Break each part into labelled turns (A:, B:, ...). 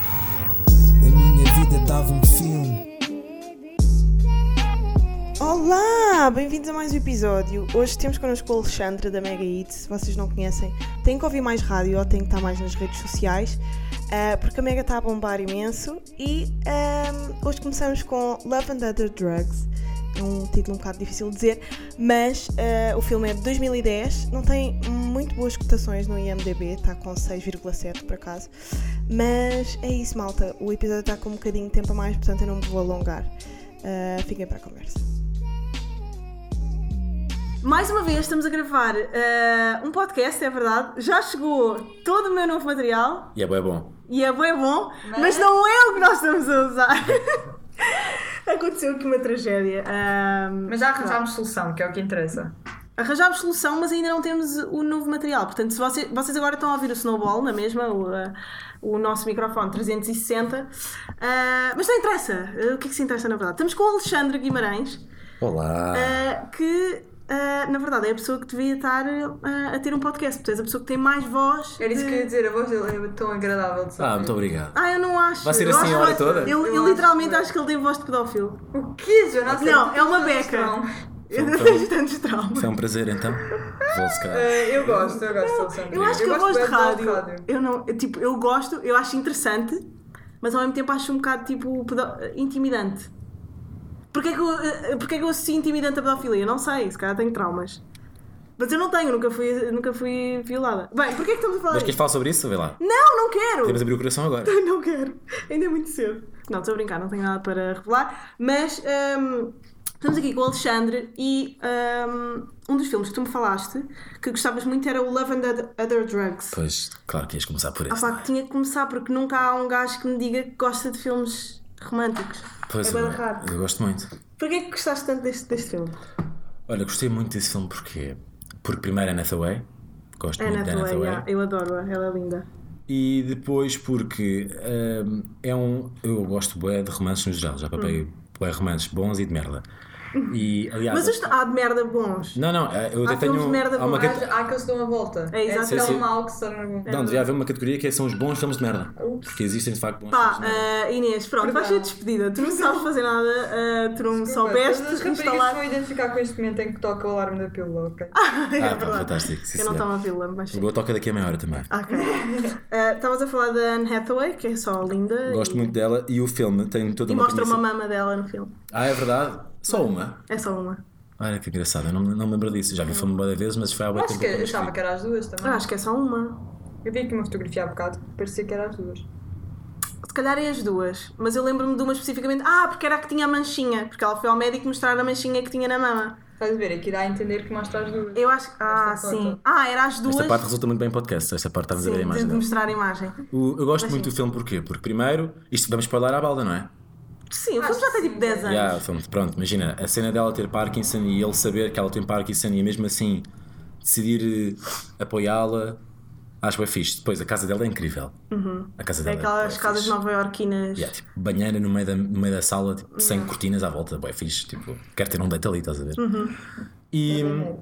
A: A minha vida dava um filme.
B: Olá, bem-vindos a mais um episódio. Hoje temos connosco o Alexandre da Mega Hit. Se vocês não conhecem, têm que ouvir mais rádio ou têm que estar mais nas redes sociais, ah, porque a Mega está a bombar imenso. E ahm, hoje começamos com Love and Other Drugs. É um título um bocado difícil de dizer, mas ah, o filme é de 2010, não tem muito boas cotações no IMDb, está tá com 6,7 por acaso. Mas é isso, malta. O episódio está com um bocadinho de tempo a mais, portanto eu não me vou alongar. Ah, fiquem para a conversa. Mais uma vez estamos a gravar eh, um podcast, é verdade. Já chegou todo o meu novo material
C: E é bem bom.
B: e é bem bom, mas não é o que nós estamos a usar. Aconteceu aqui uma tragédia. Ahm,
D: Mas já arranjámos solução, que é o que interessa.
B: arranjámos solução, mas ainda não temos o novo material. Portanto, se você- vocês agora estão a ouvir o Snowball, na mesma, o, eh, o nosso microfone 360. Ah, mas não interessa. Eh, o que é que se interessa, na verdade? Estamos com o Alexandre Guimarães.
C: Olá!
B: Uh, que uh, na verdade é a pessoa que devia estar uh, a ter um podcast, porque és a pessoa que tem mais voz.
D: Era isso
B: de-
D: que eu ia dizer, a voz dele é tão agradável de
C: Ah,
D: saber.
C: muito obrigado.
B: Ah, eu não acho.
C: Vai ser
B: Eu
C: assim
B: acho
C: a hora
B: mais-
C: toda?
B: Eu,
D: Eu
B: eu
D: acho
B: literalmente
D: que-
B: acho que ele tem voz de pedófilo.
D: O quê, Jonas?
B: Não, é uma
D: Tantos
B: beca.
D: traumas.
B: Eu
C: Então-
B: tenho tantos traumas.
C: Foi um prazer então. Vou se calhar.
D: Eh, eu gosto, eu gosto de Alexandre.
B: Eu acho que a
D: gosto
B: voz de
D: bué
B: rádio. Eu não, eu, tipo, eu gosto, eu acho interessante, mas ao mesmo tempo acho um bocado tipo pedó- intimidante. Porquê que, eu, eh, porquê que eu associo intimidante a pedofilia? Eu Não sei, se calhar tenho traumas. Mas eu não tenho, nunca fui, nunca fui violada. Bem, porquê que estamos a falar
C: Mas queres
B: disto?
C: falar sobre isso? Vê lá.
B: Não, não quero!
C: Podemos abrir o coração agora.
B: Não quero, ainda é muito cedo. Não, estou a brincar, não tenho nada para revelar. Mas hum, estamos aqui com o Alexandre e hum, um dos filmes que tu me falaste que gostavas muito era o Love and Other- Other Drugs.
C: Pois, claro que ias começar por
B: Ah,
C: isso.
B: pá, que tinha que começar porque nunca há um gajo que me diga que gosta de filmes românticos.
C: Pois,
B: é
C: eu,
B: bem raro.
C: eu gosto muito.
B: Porquê é que gostaste tanto deste, deste filme?
C: Olha, gostei muito desse filme porque. Porque primeiro é Hathaway. Gosto
B: Anna
C: muito da
B: Hathaway,
C: Hathaway.
B: É yeah, eu adoro-a, ela é linda.
C: E depois porque hum, é um. Eu gosto bué de romances no geral.
B: Hum.
C: Já papai bué romances bons e de merda. E aliás.
B: Mas os há de merda bons.
C: Não, não, eu
B: Há
C: até
B: filmes
C: tenho.
B: de merda
C: há uma
B: bons.
C: cate-
D: Há, há que eles dão a volta.
B: É, exato.
D: É tão
C: Sim, sim.
D: mau que se torna bom.
C: Não, devia haver uma categoria que é, são os bons filmes de merda. Porque existem de facto bons
B: Pá,
C: filmes de merda.
B: ah, Inês, pronto, vais ser despedida. Tu não sabes fazer nada, ah, tu não soubeste
D: Todas as raparigas
B: instalar.
D: vão identificar com este momento em que toca o alarme da pílula, ok?
B: é
C: Ah, pá,
B: verdade.
C: fantástico. sim,
B: Eu não
C: senhor.
B: estava a vê-la, mas.
C: O Boa toca daqui a meia hora também.
B: Ah, ok. Ah, Estavas a falar da Anne Hathaway, que é só linda.
C: Gosto
B: e,
C: muito dela e o filme tem
B: eh,
C: toda
B: E
C: uma
B: mostra uma
C: premissa-
B: mama dela no filme.
C: Ah, é verdade? Só uma?
B: É só uma.
C: Olha que engraçado, eu não, não me lembro disso. Já vi o filme uma vez, mas foi há boa
D: Acho
C: tempo.
D: que
C: que eu
D: eu
C: não
D: achava
C: vi.
D: que era as duas também.
B: Ah, acho que é só uma.
D: Eu vi aqui uma fotografia há um bocado que parecia que era as duas.
B: Se calhar é as duas, mas eu lembro-me de uma especificamente. Ah, porque era a que tinha a manchinha, porque ela foi ao médico mostrar a manchinha que tinha na mama.
D: Estás a ver? Aqui dá a entender que mostra as duas.
B: Eu acho. Ah,
D: Esta
B: sim.
D: foto.
B: Ah, era as duas.
C: Esta parte resulta muito bem em podcast, esta parte estamos a
B: sim,
C: ver a
B: de,
C: imagem
B: de
C: dela.
B: mostrar a imagem.
C: O- eu gosto muito do filme porquê? Porque primeiro, isto vamos falar à balda, não é?
B: Sim, o
D: Acho
B: filme já tem
D: que
B: tipo
D: sim.
B: 10 anos.
C: Yeah, o filme, pronto, imagina, a cena dela ter Parkinson e ele saber que ela tem Parkinson e mesmo assim decidir eh, apoiá-la, acho bem fixe. Depois, a casa dela é incrível. A casa
B: É
C: dela
B: aquelas
C: bué
B: casas
C: fixe.
B: nova-iorquinas.
C: Yeah, tipo, banheira no meio da, no meio da sala, tipo, sem cortinas à volta, bem fixe. Tipo, quero ter um date ali, estás a ver?
B: Uhum.
C: E. hum,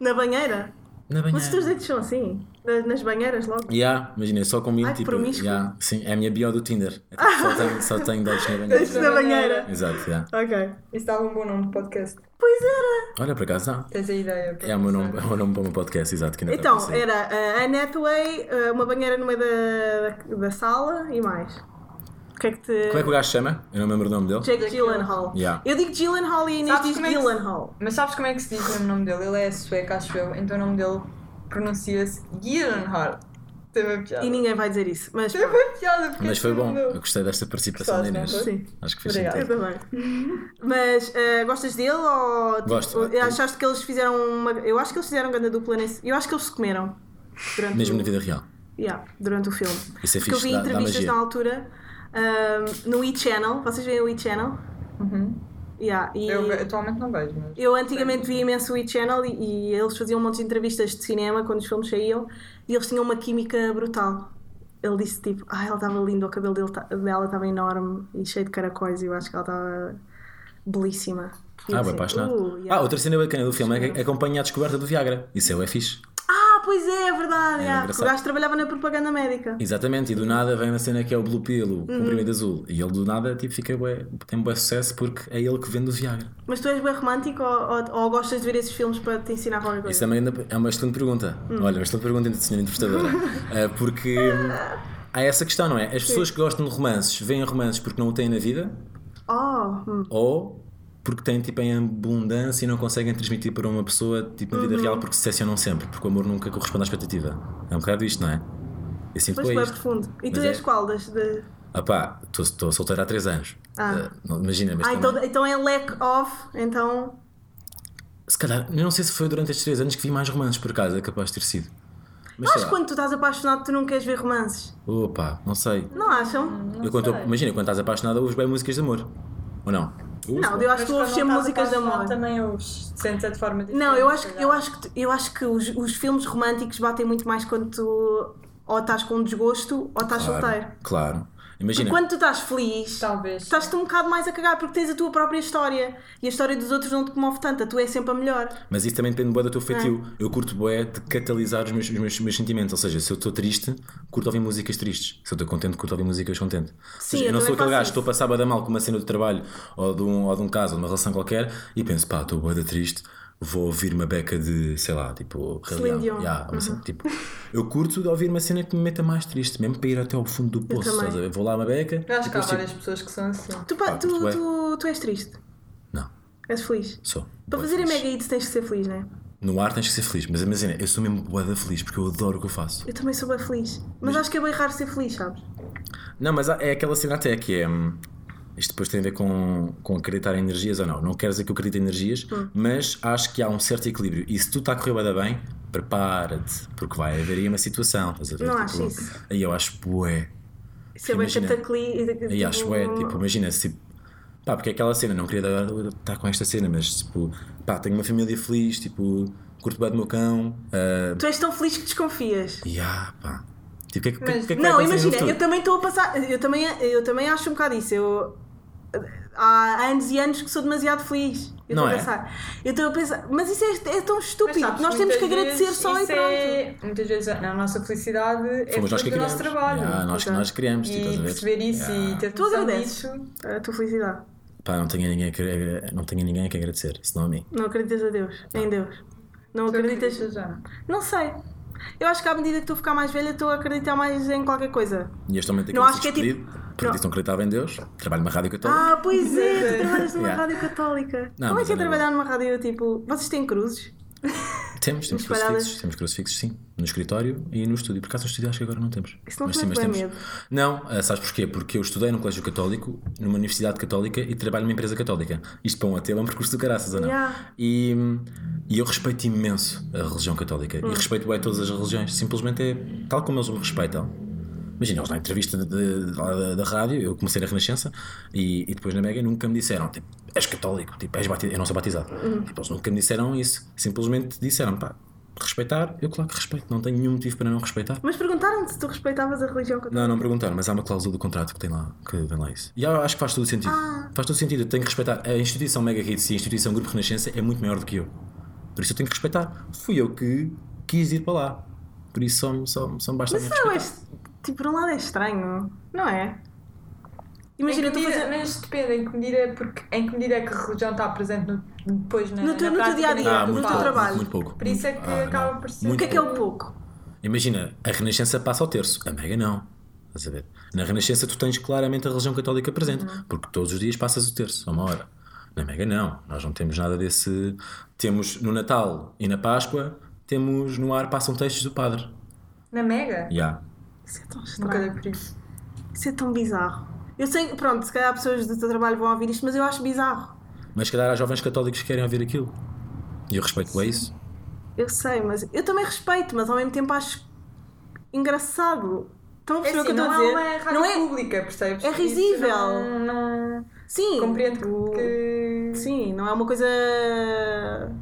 B: Na banheira?
C: Na
B: Uhum. Mas os teus
C: banheira.
B: dentes são assim? Na- Nas banheiras logo?
C: Yeah, imagina, eu só combino
B: Ai, que
C: tipo.
B: promíscuo.
C: yeah, sim, é a minha bio do Tinder. É, tipo, só, tenho, só tenho dates na banheira.
B: Na banheira.
C: Exato, yeah.
B: Ok.
D: Isso dava um bom nome de podcast.
B: Pois era.
C: Olha, por acaso dá.
D: Tens a ideia?
C: É o meu nome, é o meu nome para o meu podcast, exato. Que ainda está a
B: Então,
C: acontecer.
B: era eh, Anne Hathaway, eh, uma banheira no meio da, da, da sala e mais. O que é que te.
C: Como é que o gajo se chama? Eu não me lembro o nome dele.
B: Jake Gyllenhaal.
C: Yeah.
B: Eu digo Gyllenhaal e a Inês
D: Sabes
B: diz
D: como é que se-
B: Gyllenhaal.
D: Mas sabes como é que se diz mesmo o nome dele? Ele é sueco, acho eu, então o nome dele pronuncia-se Gyllenhaal. Teve a piada.
B: E ninguém vai dizer isso. Mas
D: Teve
B: pronto,
D: a piada, porque
C: Mas foi
D: esse é o
C: bom.
D: nome dele.
C: Eu gostei desta participação da Inês.
D: Gostaste, não
B: foi? Sim.
C: Acho que fez
D: Obrigada.
B: eu
C: sentido.
B: também. Mas eh, gostas dele ou. tipo,
C: Gosto.
B: ou- Achaste que eles fizeram uma. Eu acho que eles fizeram grande dupla nesse. Eu acho que eles se comeram. Durante
C: Mesmo
B: o-
C: na vida real.
B: Yeah, durante o filme.
C: Isso é
B: Porque eu
C: fixe,
B: vi
C: dá- dá
B: entrevistas
C: magia.
B: na altura ahm, no e-channel. Vocês veem o e-channel?
D: Uhum.
B: Yeah, e
D: Eu
B: eu,
D: atualmente não vejo, mas.
B: antigamente via imenso o e-channel e, e eles faziam um monte de entrevistas de cinema quando os filmes saíam e eles tinham uma química brutal. Ele disse tipo, ah, ela estava linda, o cabelo dele ta- dela estava enorme e cheio de caracóis e eu acho que ela estava belíssima.
C: Ah, bem apaixonado.
B: Uh, yeah.
C: Ah, outra cena bacana do filme é que acompanha a descoberta do Viagra. Isso é o fixe.
B: Ah, pois é, é verdade.
C: É
B: yeah, porque
C: engraçado.
B: o gajo trabalhava na propaganda médica.
C: Exatamente, e do nada vem uma cena que é o Blue Pill,
B: Uhum.
C: o comprimido azul. E ele do nada tipo, fica bué, tem bué sucesso porque é ele que vende o Viagra.
B: Mas tu és bem romântico ou, ou- ou gostas de ver esses filmes para te ensinar qualquer coisa?
C: Isso também ainda é uma excelente pergunta.
B: Hum.
C: Olha, uma excelente pergunta de senhora interpretadora. Eh, porque hum, há essa questão, não é? As pessoas que gostam de romances veem romances porque não o têm na vida
B: Oh, hum.
C: ou porque têm tipo em abundância e não conseguem transmitir para uma pessoa tipo na vida
B: Uhum.
C: real porque se decepcionam sempre, porque o amor nunca corresponde à expectativa. É um bocado isto, não é? Eu sinto
B: Mas
C: que é
B: bem
C: isto.
B: profundo. E tu
C: Mas
B: és
C: é-
B: qual das de.
C: Ah pá, estou solteiro há 3 anos.
B: Ah.
C: Eh, não- imagina, mas
B: Ah,
C: também-
B: então, então é lack of, então.
C: Se calhar, eu não sei se foi durante estes 3 anos que vi mais romances por acaso, é capaz de ter sido.
B: Mas
C: Mas sei lá.
B: quando tu estás apaixonado, tu não queres ver romances.
C: Opa, não sei.
B: Não acham?
D: Hum,
C: Eu quando eu- imagina, quando estás apaixonada, ouves bem músicas de amor. Ou não?
B: Não, eu acho que tu ouves
D: um tá
B: sempre músicas de amor.
D: Também ouves. Sentes de forma diferente.
B: Não, eu acho,
D: se
B: que-
D: calhar.
B: eu acho que, tu- eu acho que os, os filmes românticos batem muito mais quando tu ou estás com desgosto ou estás solteiro.
C: Claro, claro. Imagina.
B: Quando tu estás feliz,
D: Talvez.
B: estás-te um bocado mais a cagar porque tens a tua própria história e a história dos outros não te comove tanto, a tua é sempre a melhor.
C: Mas isso também depende bué
B: Ah.
C: do teu feitio. Eu curto bué de catalisar os meus, os meus- os meus sentimentos. Ou seja, se eu estou triste, curto ouvir músicas tristes. Se eu estou contente, curto ouvir músicas contente.
B: Sim,
C: Ou seja, eu
B: eu
C: não sou
B: também
C: aquele
B: faço
C: gajo que
B: isso.
C: estou a passar bué da mal com uma cena do trabalho ou de um, ou de um caso ou de uma relação qualquer e penso, pá, estou bué da triste, vou ouvir uma beca de, sei lá, tipo, Rei
B: Celine
C: Leão.
B: Dion. Uhum.
C: Yeah, uma cena, tipo, eu curto de ouvir uma cena que me meta mais triste, mesmo para ir até ao fundo do poço.
B: também.
C: estás a ver? Vou lá uma beca.
D: Eu acho que há
C: depois, tipo,
D: várias pessoas que são assim.
B: Tu, pa-
C: Ah,
B: tu,
C: muito bem.
B: tu, tu és triste,
C: Não,
B: és feliz.
C: sou.
B: Para
C: bué
B: fazer a
C: feliz.
B: mega hits tens que ser feliz, não é?
C: No ar tens que ser feliz, mas imagina, eu sou mesmo bué da feliz porque eu adoro o que eu faço.
B: Eu também sou bem feliz. Mas acho que é bem raro ser feliz, sabes?
C: Não, mas há- é aquela cena até que é. hum, Isto depois tem a ver com, com acreditar em energias ou não. Não quero dizer que eu acredito em energias,
D: Hum.
C: mas acho que há um certo equilíbrio. E se tu está a correr bué da bem, prepara-te, porque vai haver aí uma situação. Estás a ver? Tipo,
B: Não acho isso.
C: Aí eu acho bué.
B: Ser bem
C: Imagina.
B: catacli.
C: Aí acho bué. Tipo, imagina se. Pá, porque é aquela cena, não queria dar- estar com esta cena, mas tipo, pá, tenho uma família feliz, tipo, curto bem do meu cão. ah,
B: Tu és tão feliz que desconfias.
C: e ah, pá. Tipo, o que é que, o que, é que vai
B: Não,
C: acontecer no
B: imagina,
C: futuro?
B: eu também estou a passar. Eu também, eu também acho um bocado isso. Eu, há anos e anos que sou demasiado feliz. Eu estou
C: Não
B: a
C: é?
B: pensar. Eu estou a pensar. Mas isso é, é tão
D: Mas
B: estúpido.
D: sabes,
B: Nós temos que
D: muitas
B: agradecer
D: vezes
B: só e
D: isso
B: pronto.
D: é- muitas vezes a nossa felicidade é
C: Fomos nós que
D: fruto do
C: criamos.
D: nosso trabalho. então.
C: Yeah, nós,
B: Exato.
C: nós criamos, tipo,
D: E
C: estás a ver?
D: perceber isso e ter
B: Tu
D: noção
B: agradeces
D: disso.
B: a tua felicidade.
C: Pá, não tenho a ninguém a, querer- não tenho a ninguém a que agradecer, senão a mim.
B: Não acreditas a Deus, em Deus. Não
D: Tu
B: acreditas.
D: acreditas já?
B: Não sei. Eu acho que à medida que estou a ficar mais velha, estou a acreditar mais em qualquer coisa.
C: E este momento
B: Não,
C: aqui
B: acho que é
C: despedido,
B: tipo-
C: porque
B: não.
C: disse que não acreditava em Deus, trabalho numa rádio católica.
B: Ah, pois é, tu trabalhas numa
C: Yeah.
B: rádio católica.
C: Não,
B: Como é
C: mas
B: que é
C: eu não-
B: trabalhar numa rádio tipo. Vocês têm cruzes?
C: temos, temos
B: espalhadas.
C: crucifixos, temos crucifixos, sim, no escritório e no estúdio. Por acaso no estúdio acho que agora não temos.
B: Isso não
C: mas
B: te
C: sim, mas
B: mete bué
C: temos.
B: medo?
C: Não, ah, sabes porquê? Porque eu estudei num colégio católico, numa universidade católica e trabalho numa empresa católica. Isto para um ateu é um percurso do caraças, ou não?
B: Yeah.
C: E, e eu respeito imenso a religião católica
B: Hum.
C: e respeito bem todas as religiões, simplesmente é tal como eles me respeitam. Imagina, eles na entrevista de- de- lá da, da rádio, eu comecei na Renascença e, e depois na Mega nunca me disseram, tipo, és católico, tipo, és batizado, eu não sou batizado.
B: Uhum.
C: Tipo, eles nunca me disseram isso, simplesmente disseram, pá, respeitar, eu claro que respeito, não tenho nenhum motivo para não respeitar.
B: Mas perguntaram-te se tu respeitavas a religião católica.
C: Não, não perguntaram, mas há uma cláusula do contrato que tem lá, que vem lá isso. E eu acho que faz todo o sentido.
B: Ah.
C: Faz todo o sentido, eu tenho que respeitar. A instituição Mega Hits e a instituição Grupo Renascença é muito maior do que eu. Por isso eu tenho que respeitar. Fui eu que quis ir para lá. Por isso só, me- só, me- só me basta a
B: Mas
C: minha
B: não é.
C: respeitar.
B: Tipo, por um lado é estranho, não é?
D: Imagina,
B: Imagina, tu fazes.
D: Mas depende em que medida, porque em que medida é que a religião está presente no- depois na,
B: No teu-
D: na
B: no teu
D: prática,
B: dia-a-dia,
D: na
B: no
D: prática.
B: teu
C: pouco,
B: trabalho.
C: Ah, Muito pouco.
D: Por isso é que
C: Ah, não.
D: acaba por ser.
B: O
C: Muito
B: que é que é o pouco?
C: Imagina, a Renascença passa ao terço, a Mega não. Estás a ver? Na Renascença tu tens claramente a religião católica presente,
D: Uhum.
C: porque todos os dias passas o terço, a uma hora. Na Mega não, nós não temos nada desse. Temos no Natal e na Páscoa, temos no ar passam textos do padre.
D: Na Mega?
C: Já.
B: Isso é tão
D: Nunca
B: estranho.
D: dei por isso.
B: Isso é tão bizarro. Eu sei, pronto, se calhar pessoas do teu trabalho vão ouvir isto, mas eu acho bizarro.
C: Mas se calhar há jovens católicos que querem ouvir aquilo. E eu respeito é isso.
B: Eu sei, mas eu também respeito, mas ao mesmo tempo acho engraçado. Estão a
D: É
B: perceber o que
D: assim,
B: eu estou
D: não
B: a
D: é
B: dizer?
D: uma rádio
B: não é?
D: pública, percebes?
B: É
D: Por isso
B: risível.
D: Não, não
B: Sim.
D: compreendo que.
B: Sim, não é uma coisa.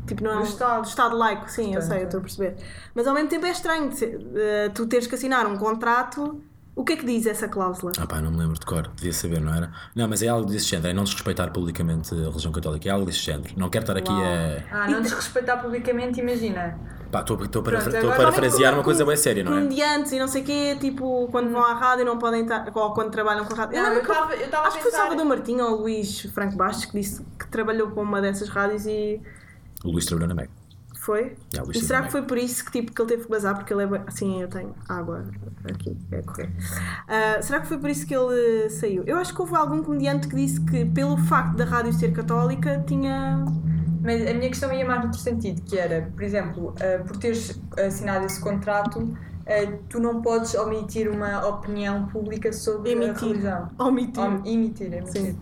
B: Tipo, não é
D: Do
B: um
D: Estado.
B: do Estado laico, sim, eu
D: Portanto,
B: é sei, eu estou a perceber. Mas ao mesmo tempo é estranho de ser- eh, tu teres que assinar um contrato O que é que diz essa cláusula?
C: Ah pá, não me lembro de cor, devia saber, não era? Não, mas é algo desse género, é não desrespeitar publicamente a religião católica, é algo desse género. Não quero estar aqui a.
D: Ah, não desrespeitar publicamente, imagina.
C: Pá, estou estou a
D: Pronto,
C: parafra- estou a
D: agora-
C: parafrasear
B: Como
C: uma coisa bem séria, não é?
B: Tipo, Comediantes e não sei o quê, tipo, quando vão à rádio não podem estar. Ou quando trabalham com a rádio.
D: Não,
B: lembro
D: eu
B: que-
D: tava- eu tava
B: Acho que foi
D: a pensar-
B: Salvador Martinho ou o Luís Franco Bastos que disse que trabalhou com uma dessas rádios e
C: O Luís trabalhou na Mega.
B: foi.
C: Já, o Luís
B: e será
C: também.
B: que foi por isso que, tipo, que ele teve que bazar? Porque ele é. bué- Assim, eu tenho água aqui a correr. Ah, será que foi por isso que ele saiu? Eu acho que houve algum comediante que disse que, pelo facto da rádio ser católica, tinha.
D: Mas a minha questão ia mais no outro sentido, que era, por exemplo, eh, por teres assinado esse contrato, eh, tu não podes omitir uma opinião pública sobre a
B: Emitir.
D: religião.
B: Omitir.
D: Om- Emitir, é emitir.
B: Sim.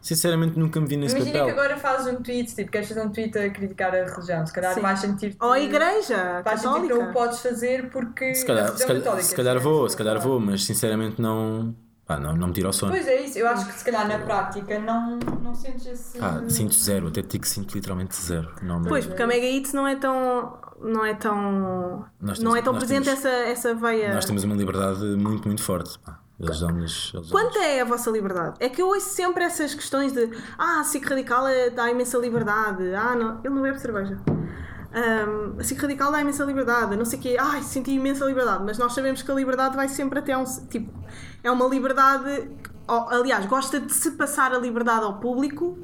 C: Sinceramente, nunca me vi nesse
D: Imagina que
C: papel.
D: agora fazes um tweet, tipo, queres fazer um tweet a criticar a religião, se calhar
B: Sim.
D: vais sentir-te...
B: Ou a igreja
D: Vais sentir que
B: católica.
D: não o podes fazer porque...
C: Se
D: a
C: calhar,
D: religião
C: se calhar,
D: é católica,
C: se calhar
D: sim,
C: vou,
D: é
C: se calhar
D: verdade.
C: vou, mas sinceramente não. Pá, não, não me tira o sono.
D: Pois é isso, eu acho que se calhar na prática não, não sentes esse...
C: Pá, sinto zero, até digo que sinto literalmente zero. Não me-
B: Pois, porque a Mega Hits não é tão. Não é tão.
C: Nós temos-
B: não é tão
C: nós
B: presente
C: temos-
B: essa, essa veia.
C: Nós temos uma liberdade muito, muito forte. pá. Eles dão-nos. eles
B: Quanto é a vossa liberdade? É que eu ouço sempre essas questões de ah, SIC Radical eh, dá imensa liberdade, ah, não, ele não bebe cerveja. Ahm, a SIC Radical dá imensa liberdade, não sei o quê, ai, senti imensa liberdade, mas nós sabemos que a liberdade vai sempre até a um. c- Tipo, é uma liberdade. ou, aliás, gosta de se passar a liberdade ao público,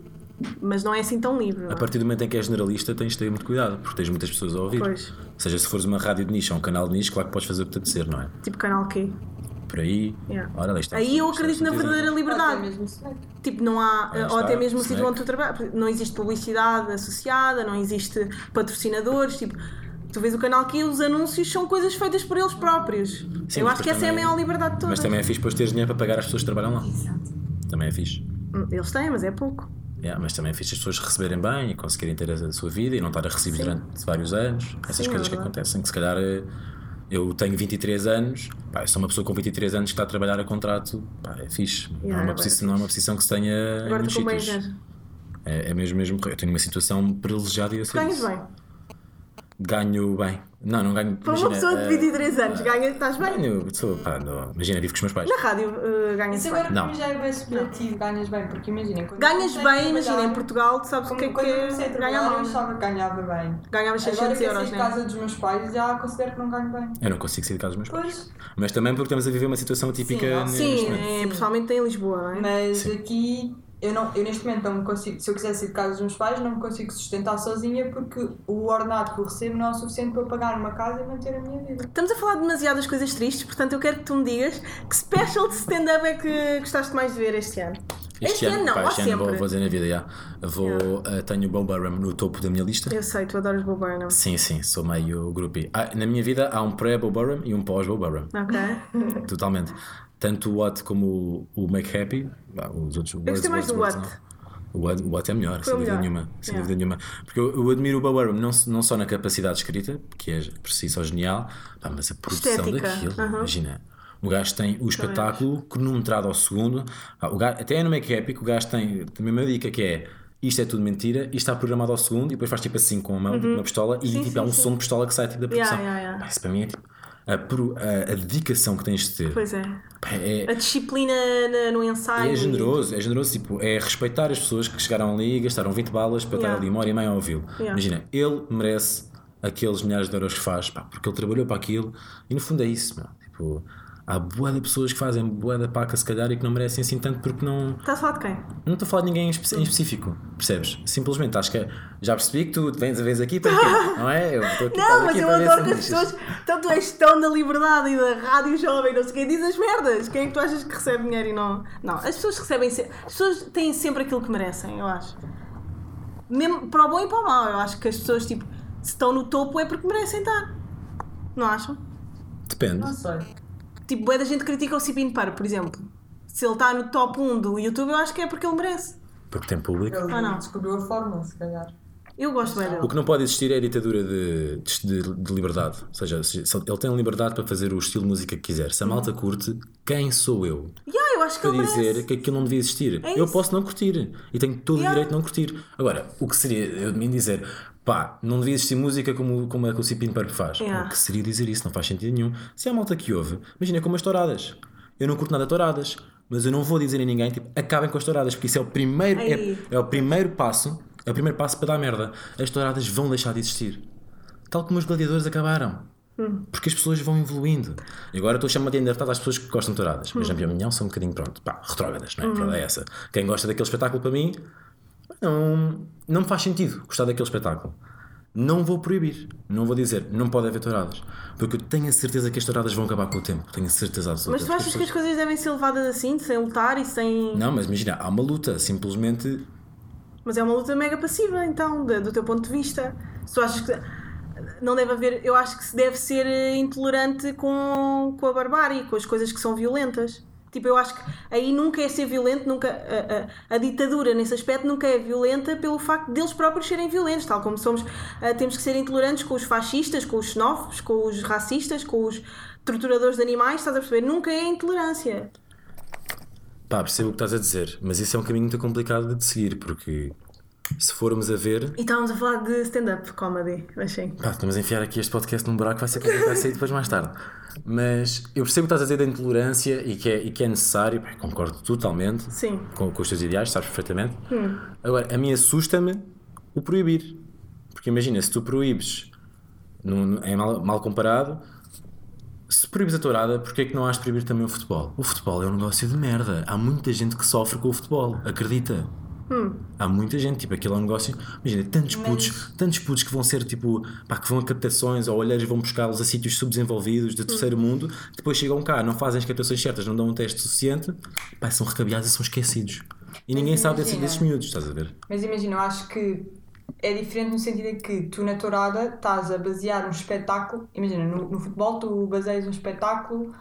B: mas não é assim tão livre. não é?
C: A partir do momento em que és generalista, tens de ter muito cuidado, porque tens muitas pessoas a ouvir.
B: Pois.
C: Ou seja, se fores uma rádio de nicho ou um canal de nicho, claro que podes fazer o que te apetecer, não é?
B: Tipo, canal Q.
C: Por aí.
B: Yeah.
C: Ora, lá está.
B: Aí eu
C: Está-
B: acredito na
C: está-
B: verdadeira
D: Ou até
B: liberdade.
D: mesmo é. snack.
B: Tipo, não há,
C: Aí
B: ou
C: está,
B: até mesmo o sítio
C: snack.
B: onde tu trabalhas, não existe publicidade associada, não existe patrocinadores, tipo, tu vês o canal que os anúncios são coisas feitas por eles próprios.
C: Sim,
B: Eu
C: mas
B: acho que essa é a
C: também-
B: maior liberdade de todas.
C: Mas também é fixe depois teres dinheiro para pagar as pessoas que trabalham lá. Também é fixe.
B: Hum, Eles têm, mas é pouco.
C: Yeah, mas também é fixe as pessoas receberem bem e conseguirem ter a sua vida e não estar a recibos durante vários anos. Essas
B: Sim, é
C: coisas que
B: verdade.
C: acontecem, que se calhar eh, eu tenho 23 anos, pá, eu sou uma pessoa com 23 anos que está a trabalhar a contrato, pá, é fixe. não,
B: Yeah,
C: é uma
B: é
C: posição, não é uma posição que se tenha
B: Agora
C: em muitos
B: estou com bem
C: sítios.
B: ganhas.
C: É, é mesmo, mesmo. Eu tenho uma situação privilegiada e eu sei
B: Ganhas
C: disso.
B: bem.
C: Ganho bem. Não, não ganho.
B: Para uma
C: imagina,
B: pessoa de
C: eh,
B: 23 anos, ganhas, estás bem?
C: Ganho, sou, pá, não, imagina, vivo com os meus pais.
B: Na rádio eh, ganhas
D: Isso
B: bem.
D: agora para
C: Não.
D: mim já é bem subjetivo, ganhas bem, porque imaginem... quando eu
B: Ganhas
D: comecei a
B: bem, imagina, em
D: trabalhar-
B: Portugal, tu sabes o
D: Como
B: que é que
D: quando eu comecei
B: é
D: a
B: ganhar
D: trabalhar, eu
B: mal. né?
D: achava que ganhava bem.
B: Ganhavas 600
D: Agora que eu saí
B: euros,
D: de
B: né?
D: casa dos meus pais, já considero que não ganho bem.
C: Eu não consigo sair de casa dos meus pais.
D: Pois,
C: Mas também porque estamos a viver uma situação típica.
D: não.
B: Sim,
D: Sim.
B: eh, principalmente em Lisboa, não é?
D: mas
C: Sim.
D: aqui eu, não, eu neste momento não me consigo, se eu quisesse ir de casa dos meus pais, não me consigo sustentar sozinha porque o ordenado que eu recebo não é o suficiente para eu pagar uma casa e manter a minha vida.
B: Estamos a falar de demasiadas coisas tristes, portanto eu quero que tu me digas que special de stand-up é que gostaste mais de ver este ano. Este ano não,
C: pá,
B: há
C: este ano vou,
B: sempre.
C: vou dizer na vida, já. Vou, eh, tenho o Bo Burnham no topo da minha lista.
B: Eu sei, tu adoras Bob Burnham.
C: Sim, sim, sou meio groupie. Ah, na minha vida há um pré-Bo Burnham e um pós-Bo Burnham,
B: Ok.
C: totalmente. Tanto o What como o, o Make Happy, ah, os outros Eu
B: gostei mais do What.
C: O What, o What é
B: Foi
C: melhor, sem
B: o
C: dúvida
B: melhor.
C: nenhuma. Sem
B: Yeah.
C: dúvida nenhuma. Porque eu, eu admiro o Bo Burnham não, não só na capacidade escrita, que é por si só genial, pá, mas a produção
B: Estética,
C: daquilo.
B: aham.
C: Imagina. O gajo tem o espetáculo cronometrado ao segundo. Ah, o gajo, até no Make Happy, que o gajo tem a mesma dica que é. Isto é tudo mentira, isto está programado ao segundo e depois faz tipo assim com a mão, tipo uma pistola, e
B: Uhum. Sim,
C: tipo
B: sim,
C: há um
B: sim.
C: som de pistola que sai tipo da
B: Yeah,
C: produção.
B: yeah, yeah.
C: Pá, isso para mim é tipo a, pro- a- a dedicação que tens de ter.
B: Pois é.
C: Pá, é,
B: A disciplina na- no ensaio.
C: e é generoso, é generoso, tipo, é respeitar as pessoas que chegaram ali e gastaram 20 balas para
B: Yeah.
C: estar ali uma hora e meia a ouvi-lo.
B: Yeah.
C: Imagina, ele merece aqueles milhares de euros que faz, pá, porque ele trabalhou para aquilo e no fundo é isso, meu. Tipo, há boa de pessoas que fazem boa da paca, se calhar, e que não merecem assim tanto porque não.
B: Estás a falar de quem?
C: Não estou a falar de ninguém em, espe- em específico, percebes? Simplesmente, acho que é, já percebi que tu vens a vez aqui para quê? Não é? Eu estou aqui, estás
B: Não, mas
C: aqui
B: eu
C: para ver
B: adoro
C: se
B: que as
C: me
B: pessoas.
C: lixas.
B: Então tu és tão da liberdade e da rádio jovem, não sei quem diz as merdas. Quem é que tu achas que recebe dinheiro e não. Não, as pessoas recebem. se- As pessoas têm sempre aquilo que merecem, eu acho. Mesmo para o bom e para o mau. Eu acho que as pessoas, tipo, se estão no topo é porque merecem estar. Não acham?
C: Depende.
D: Não sei.
B: Tipo, bué da gente critica o Cipin Par, por exemplo. Se ele está no um top 1 do YouTube, eu acho que é porque ele merece.
C: Porque tem público.
B: Ah, não.
D: Ele descobriu a fórmula, se calhar.
B: Eu gosto bem dele.
C: O que não pode existir é a ditadura de, de- de liberdade. Ou seja, se- se ele tem liberdade para fazer o estilo de música que quiser. Se a malta curte, quem sou eu
B: Yeah, eu acho que
C: para
B: ele merece.
C: dizer é que aquilo não devia existir?
B: É
C: eu
B: isso.
C: posso não curtir e tenho todo
B: Yeah.
C: o direito de não curtir. Agora, o que seria eu de mim dizer pá, não devia existir música como, como é que o Cipino Park faz?
B: Yeah.
C: O que seria dizer isso? Não faz sentido nenhum. Se há malta que ouve, imagina como as touradas. Eu não curto nada de touradas. Mas eu não vou dizer a ninguém, tipo, acabem com as touradas, porque isso é o primeiro, é,
B: Aí.
C: é o primeiro passo, é o primeiro passo para dar merda. As touradas vão deixar de existir. Tal como os gladiadores acabaram.
B: Hum.
C: Porque as pessoas vão evoluindo. E agora estou a chamar de undertale às pessoas que gostam de touradas. Mas na minha opinião são um bocadinho, pronto, pá, retrógradas, não é? A
B: Hum.
C: verdade é essa. Quem gosta daquele espetáculo para mim, não, não me faz sentido gostar daquele espetáculo. Não vou proibir, não vou dizer, não pode haver touradas. Porque eu tenho a certeza que as touradas vão acabar com o tempo. Tenho a certeza absoluta.
B: Mas tu
C: Porque as
B: achas que as
C: pessoas-
B: coisas devem ser levadas assim, sem lutar e sem.
C: Não, mas imagina, há uma luta, simplesmente
B: Mas é uma luta mega passiva, então, de- do teu ponto de vista. Se tu achas que. Não deve haver. Eu acho que se deve ser eh, intolerante com, com a barbárie, com as coisas que são violentas. Tipo, eu acho que aí nunca é ser violento, nunca. A, a- a ditadura nesse aspecto nunca é violenta pelo facto deles próprios serem violentos, tal como somos. eh, temos que ser intolerantes com os fascistas, com os xenófobos, com os racistas, com os torturadores de animais, estás a perceber? Nunca é intolerância.
C: Pá, percebo o que estás a dizer, mas isso é um caminho muito complicado de seguir, porque se formos a ver.
B: E estávamos a falar de stand-up comedy, achei.
C: Pá, estamos a enfiar aqui este podcast num buraco, vai ser complicado sair depois mais tarde. Mas eu percebo o que estás a dizer da intolerância e que é, e que é necessário, pá, concordo totalmente
B: Sim.
C: com, com os teus ideais, sabes perfeitamente. Agora, a mim assusta-me o proibir. Porque imagina, se tu proíbes, num- num- é mal, mal comparado, se proíbes a tourada, porque é que não has de proibir também o futebol? O futebol é um negócio de merda. Há muita gente que sofre com o futebol, acredita.
D: Hum.
C: Há muita gente, tipo, aquilo é um negócio. Imagina, tantos putos, tantos putos que vão ser tipo, pá, que vão a captações ou olheiros vão buscá-los a sítios subdesenvolvidos de terceiro
D: Hum.
C: mundo, depois chegam cá, não fazem as captações certas, não dão um teste suficiente, pá, são recabeados e são esquecidos. E ninguém sabe desses,
D: imagina.
C: desses miúdos, estás a ver?
D: Mas imagina, eu acho que é diferente no sentido em que tu na tourada estás a basear um espetáculo. Imagina, no, no futebol tu baseias um espetáculo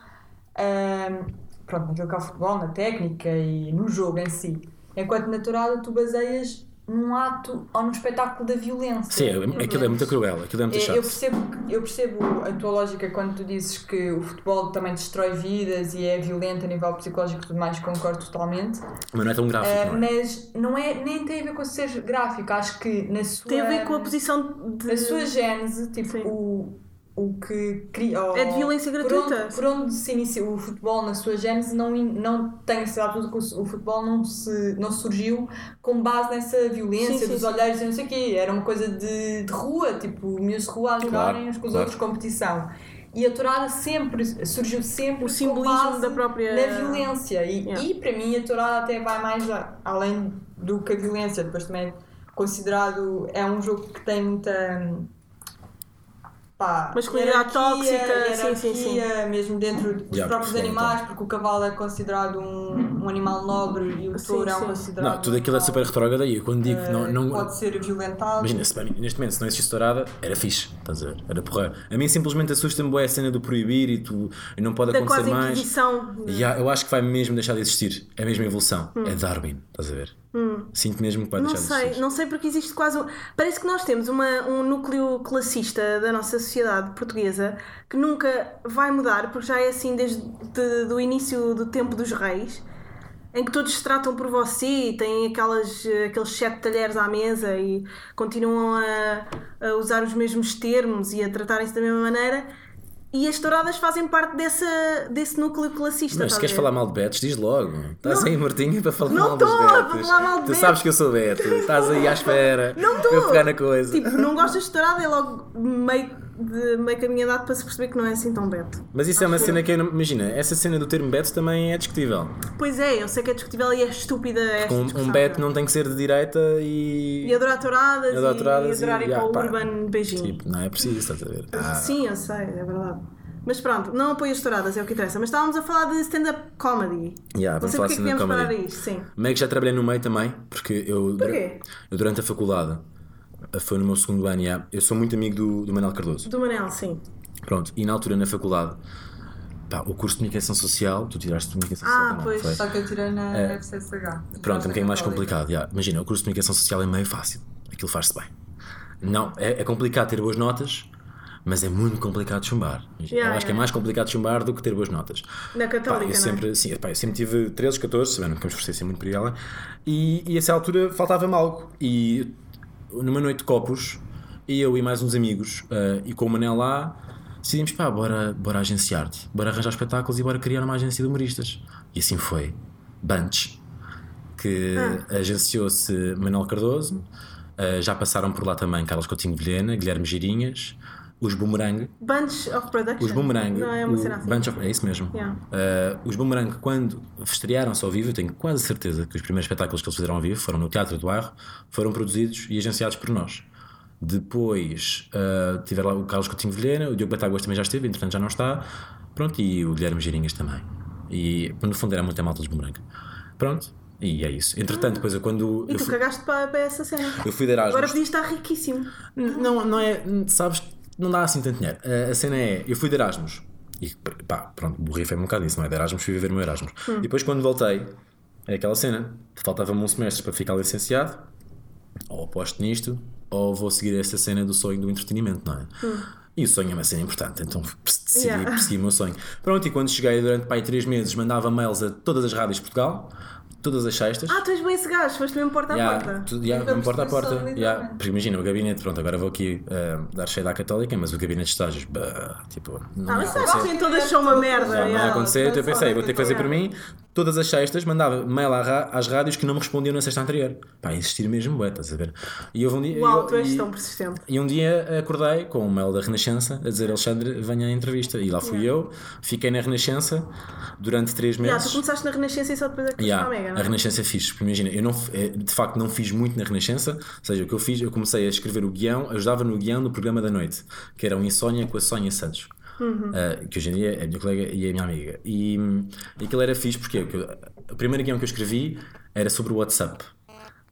D: ahm, pronto, naquilo que é o futebol, na técnica e no jogo em si. Enquanto na tourada tu baseias num ato ou num espetáculo da violência.
C: Sim, é- aquilo é muito cruel, aquilo é muito
D: Eu,
C: chato.
D: eu percebo, eu percebo a tua lógica quando tu dizes que o futebol também destrói vidas e é violento a nível psicológico e tudo mais, concordo totalmente.
C: Mas não é tão gráfico,
D: Uh,
C: não é?
D: mas não é, nem tem a ver com ser gráfico, acho que na sua,
B: Tem a ver com a posição de.
D: na sua gênese, tipo,
B: Sim.
D: o, o que cria. ou-
B: É de violência
D: por
B: gratuita.
D: onde- Por onde, se inicia o futebol na sua gênese, não, in- não tem essa altura que o o futebol não, se, não surgiu com base nessa violência
B: Sim, sim,
D: dos
B: sim.
D: olhares e não sei o quê. Era uma coisa de, de rua, tipo, miúdos de rua a jogarem uns com os
C: claro.
D: outros, competição. E a tourada sempre surgiu sempre
B: O
D: com
B: simbolismo
D: base
B: da própria-
D: na violência e,
B: Yeah.
D: e para mim a tourada até vai mais a- além do que a violência depois também é considerado é um jogo que tem muita hum, pá,
B: Masculinidade
D: hierarquia,
B: tóxica, sim, sim, sim.
D: hierarquia, mesmo dentro dos
C: Yeah,
D: próprios
C: sim, então.
D: animais porque o cavalo é considerado um, um animal nobre e o
B: Sim,
D: touro é um
B: sim.
D: considerado
C: Não, tudo aquilo é
D: um
C: super
D: animal,
C: retrógrada e eu quando digo
D: eh,
C: não, não,
D: que pode ser violentado
C: Imagina, se, para mim, neste momento, se não existisse tourada, era fixe, estás a ver? Era porra. A mim simplesmente assusta-me bué a cena do proibir e tu e não pode
B: da
C: acontecer
B: quase
C: mais.
B: inquisição.
C: E há- eu acho que vai mesmo deixar de existir. É mesmo a evolução. É Darwin, estás a ver? Sinto mesmo que vai
B: Hum. Não
C: deixar de
B: sei,
C: existir.
B: não sei porque existe quase um. Parece que nós temos uma- um núcleo classista da nossa sociedade portuguesa que nunca vai mudar, porque já é assim desde de, do início do tempo dos reis, em que todos se tratam por você e têm aquelas, eh, aqueles sete talheres à mesa e continuam a, a usar os mesmos termos e a tratarem-se da mesma maneira. E as touradas fazem parte dessa, desse núcleo classista. estás
C: Mas se
B: a
C: queres
B: ver?
C: falar mal de Betos, diz logo. Estás
B: Não-
C: aí, Martinha, para falar
B: Não
C: mal dos
B: tô a
C: Betos.
B: falar mal de
C: tu
B: Betos.
C: sabes que eu sou Beto. Estás aí à espera.
B: Não
C: Para eu
B: estou!
C: pegar na coisa.
B: Tipo, não gostas de tourada, é logo meio, de, meio caminho dado para se perceber que não é assim tão beto.
C: Mas isso é uma cena que eu não. Imagina, essa cena do termo Beto também é discutível.
B: Pois é, eu sei que é discutível e é estúpida esta
C: Um,
B: discussão,
C: um Beto não tem que ser de direita e.
B: E adorar touradas e
C: Adorar touradas
B: e adorar
C: e-
B: ir
C: ah,
B: para o
C: pá.
B: Urban beijinho.
C: Tipo, não é preciso, estás a ver?
B: Ah.
C: Ah,
B: Sim, eu sei, é verdade. Mas pronto, não apoio as touradas, é o que interessa. Mas estávamos a falar de stand-up comedy.
C: Yeah,
B: não
C: vamos
B: sei
C: falar
B: porque é que
C: de
B: viemos
C: stand-up
B: parar a
C: comedy.
B: isto, sim.
C: Meio que já trabalhei no meio também, porque eu, dura-
B: Porquê?
C: eu durante a faculdade, eh, foi no meu segundo ano, yeah, eu sou muito amigo do, do Manuel Cardoso.
B: Do Manel, sim.
C: Pronto, e na altura na faculdade, pá, o curso de comunicação social, tu tiraste de comunicação
B: Ah,
C: social também,
B: pois,
C: foi? um
D: só que eu tirei na FCSH Então,
B: é.
C: Pronto, é um bocadinho mais complicado. yeah. Imagina, o curso de comunicação social é meio fácil, é aquilo faz-se bem. Não, é, é complicado ter boas notas, mas é muito complicado chumbar.
B: Yeah,
C: eu acho que
B: yeah.
C: é mais complicado chumbar do que ter boas notas.
B: Na
C: Pá,
B: Católica, não
C: eu,
B: é?
C: sempre, sim, pá, eu sempre tive 13, 14, sabendo que eu me esforcei assim muito por ela, e, e a essa altura faltava-me algo. E numa noite de copos, eu e mais uns amigos, eh, e com o Manel lá, decidimos, pá, bora, bora agenciar-te, bora arranjar espetáculos e bora criar uma agência de humoristas. E assim foi. Bunch, que
B: Ah.
C: agenciou-se Manuel Cardoso, eh, já passaram por lá também Carlos Coutinho Vilhena, Guilherme Girinhas, os Boomerang,
B: Bunch of Production.
C: os Boomerang.
B: Não, é uma
C: o
B: cena assim.
C: Bunch of- é isso mesmo.
B: Yeah.
C: Uh, os Boomerang, quando estrearam-se ao vivo, eu tenho quase certeza que os primeiros espetáculos que eles fizeram ao vivo foram no Teatro do Arro, foram produzidos e agenciados por nós. Depois uh, tiveram lá o Carlos Coutinho Vilhena, o Diogo Batáguas também já esteve, entretanto já não está. Pronto, e o Guilherme Girinhas também. E no fundo era muito a malta dos Boomerang. Pronto, e é isso. Entretanto, depois eu quando.
B: E
C: eu
B: tu
C: fui,
B: cagaste para, para essa cena.
C: eu fui de Erasmus.
B: Agora podias estar riquíssimo.
C: Não, não é. Sabes, não dá assim tanto dinheiro. A- A cena é. Eu fui de Erasmus. E pá, pronto, borrifei-me um bocado disso, não é? De Erasmus, fui viver o meu Erasmus. E depois quando voltei, é aquela cena. Faltava-me um semestre para ficar licenciado. Ou aposto nisto, ou vou seguir essa cena do sonho do entretenimento, não é? E o sonho é uma cena importante, então pss, decidi
B: Yeah.
C: persegui o meu sonho. Pronto, e quando cheguei durante pai três meses, mandava mails a todas as rádios de Portugal, todas as sextas.
B: Ah, tu és bem esse gajo, foste mesmo porta Tá a
C: Yeah,
B: porta.
C: tudo- yeah,
D: Nunca
C: mesmo porta a
D: percebi
C: porta.
D: sobre,
C: yeah.
D: literalmente.
C: Porque imagina, o gabinete, pronto, agora vou aqui eh, dar cheio da católica, mas o gabinete de estágios, bah, tipo, não,
B: Ah,
C: ia
B: mas isso
C: acontecer.
B: assim todas são uma merda.
C: Já não ia
B: yeah.
C: acontecer, então eu
D: Só
C: pensei,
D: na
C: vou ter que fazer por mim. Todas as sextas mandava mail à ra- às rádios que não me respondiam na sexta anterior. Pá, insistir mesmo, bué, estás a ver? E houve um dia.
B: Uau,
C: eu-
B: tu és
C: e-
B: tão persistente.
C: e um dia acordei com um mail da Renascença a dizer Alexandre, venha à entrevista. E lá fui eu, fiquei na Renascença durante três meses.
B: Yeah, tu começaste na Renascença e só depois é que foste
C: Yeah,
B: para a Mega, não
C: a
B: é?
C: Renascença é fixe, porque imagina, eu não, f- eh, de facto não fiz muito na Renascença, ou seja, o que eu fiz, eu comecei a escrever o guião, ajudava no guião do programa da noite, que era o Insónia com a Sónia Santos,
B: Uhum.
C: eh, que hoje em dia é a minha colega e é a minha amiga. E, hum, e aquilo era fixe, porque eu- que eu- o primeiro guião que eu escrevi era sobre o WhatsApp.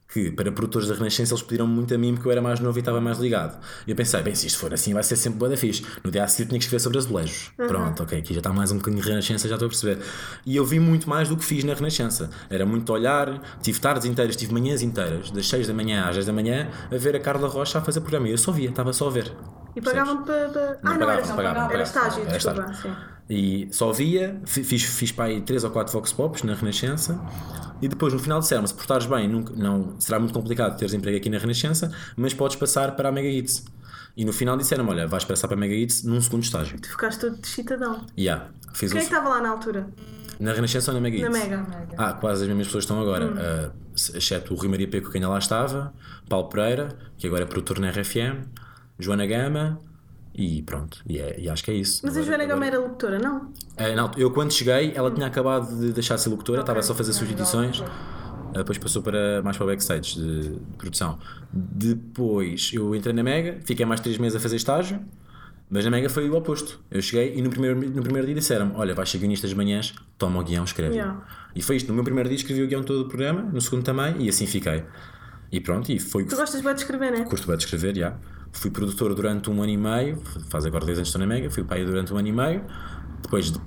C: Que para produtores da Renascença eles pediram muito a mim porque eu era mais novo e estava mais ligado. E eu pensei, bem, se isto for assim vai ser sempre boa da fixe. No dia a seguir tinha que escrever sobre azulejos. Pronto, ok, aqui já está mais um bocadinho de Renascença, já estou a perceber. E eu vi muito mais do que fiz na Renascença. Era muito olhar, tive tardes inteiras, tive manhãs inteiras, das 6 da manhã às 10 da manhã, a ver a Carla Rocha a fazer programa. E eu só via, estava só a ver.
B: E pagavam para. para- Ah, não,
C: pagava,
B: era
C: não
B: só.
C: pagava, não
B: Era
C: pagava.
B: estágio,
C: Era
B: desculpa.
C: estágio.
B: sim.
C: E só via, fi- fiz, fiz para aí 3 ou 4 Vox Pops na Renascença. E depois no final disseram-me: se portares bem, nunca, não, será muito complicado teres emprego aqui na Renascença, mas podes passar para a Mega Hits. E no final disseram-me: olha, vais passar para a Mega Hits num segundo estágio.
B: Tu ficaste todo de citadão.
C: E yeah, fiz
B: Quem é
C: um,
B: que estava lá na altura?
C: Na Renascença ou na Mega
B: então, Na
C: Hits?
B: Mega. Hum.
C: Ah, quase as mesmas pessoas estão agora, ah, exceto o Rui Maria Peco, que ainda lá estava, Paulo Pereira, que agora é produtor na RFM, Joana Gama. E pronto, e, é- e acho que é isso.
B: Mas a
C: Agora-
B: Joana
C: agora-
B: Gama era locutora, não?
C: ah, não, eu quando cheguei, ela tinha acabado de deixar de ser locutora, estava só a fazer substituições. Ah, Depois passou para, mais para o backstage de, de produção. Depois eu entrei na Mega, fiquei mais três meses a fazer estágio, mas na Mega foi o oposto. Eu cheguei e no primeiro, no primeiro dia disseram-me: Olha, vais ser guionista das manhãs, toma o guião, escreve.
B: Yeah.
C: E foi isto. No meu primeiro dia escrevi o guião todo do programa, no segundo também, e assim fiquei. E pronto, e foi o que
B: Tu gostas bem de escrever, não é?
C: Curto bem de escrever, já. Fui produtor durante um ano e meio, faz agora 10 anos que estou na Mega, fui pai durante um ano e meio. Depois, de-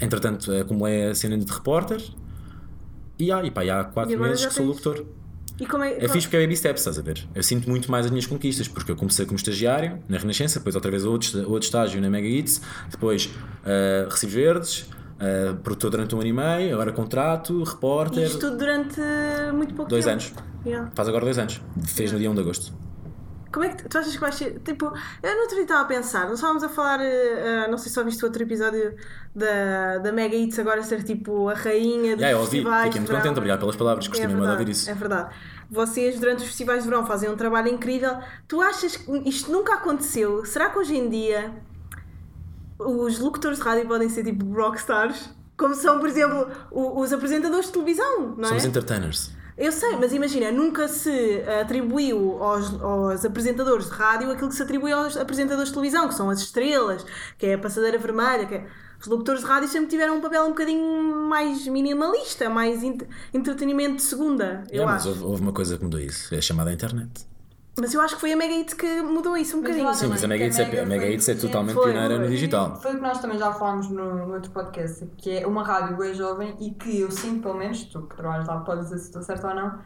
C: entretanto, acumulei a cena de repórter. E, há e pá, e há
B: E
C: 4
B: agora
C: meses
B: já
C: que sou
B: tens-
C: locutor.
B: E como é
C: É fixe porque é baby steps, estás a ver? Eu sinto muito mais as minhas conquistas, porque eu comecei como estagiário na Renascença, depois outra vez outro, est- outro estágio na Mega Hits, depois ah, Recibos Verdes, ah, produtor durante um ano e meio, agora contrato, repórter.
B: Isto tudo durante muito pouco
C: Dois
B: tempo.
C: anos.
B: Yeah.
C: Faz agora dois anos. Fez no dia 1 de agosto.
B: Como é que tu- tu achas que vais ser? Tipo, eu não dia estava a pensar, nós estávamos a falar, eh, eh, não sei se só viste o outro episódio da, da Mega Hits agora ser tipo a rainha dos
C: Yeah, eu ouvi.
B: festivais.
C: Fiquei muito
B: de verão.
C: contente, obrigado pelas palavras, gostei mesmo de
B: verdade,
C: ouvir isso.
B: É verdade. Vocês durante os festivais de verão fazem um trabalho incrível. Tu achas que isto nunca aconteceu? Será que hoje em dia os locutores de rádio podem ser tipo rockstars? Como são, por exemplo, o- os apresentadores de televisão, não
C: Somos
B: é?
C: entertainers.
B: Eu sei, mas imagina, nunca se atribuiu aos, aos apresentadores de rádio aquilo que se atribui aos apresentadores de televisão, que são as estrelas, que é a passadeira vermelha, que é... Os locutores de rádio sempre tiveram um papel um bocadinho mais minimalista, mais ent- entretenimento de segunda, eu
C: Yeah, É, mas
B: acho.
C: houve, houve uma coisa que mudou isso, é chamada internet.
B: Mas eu acho que foi a Mega Hit que mudou isso um
D: Mas
B: bocadinho.
D: eu acho
C: Sim, mas a Mega Hits é, a Mega Hits é totalmente
B: Foi,
C: pioneira no
B: foi.
C: digital.
D: Foi o que nós também já falámos no, no outro podcast, que é uma rádio bem jovem e que eu sinto, pelo menos, tu que trabalhas lá podes dizer se estou certo ou não,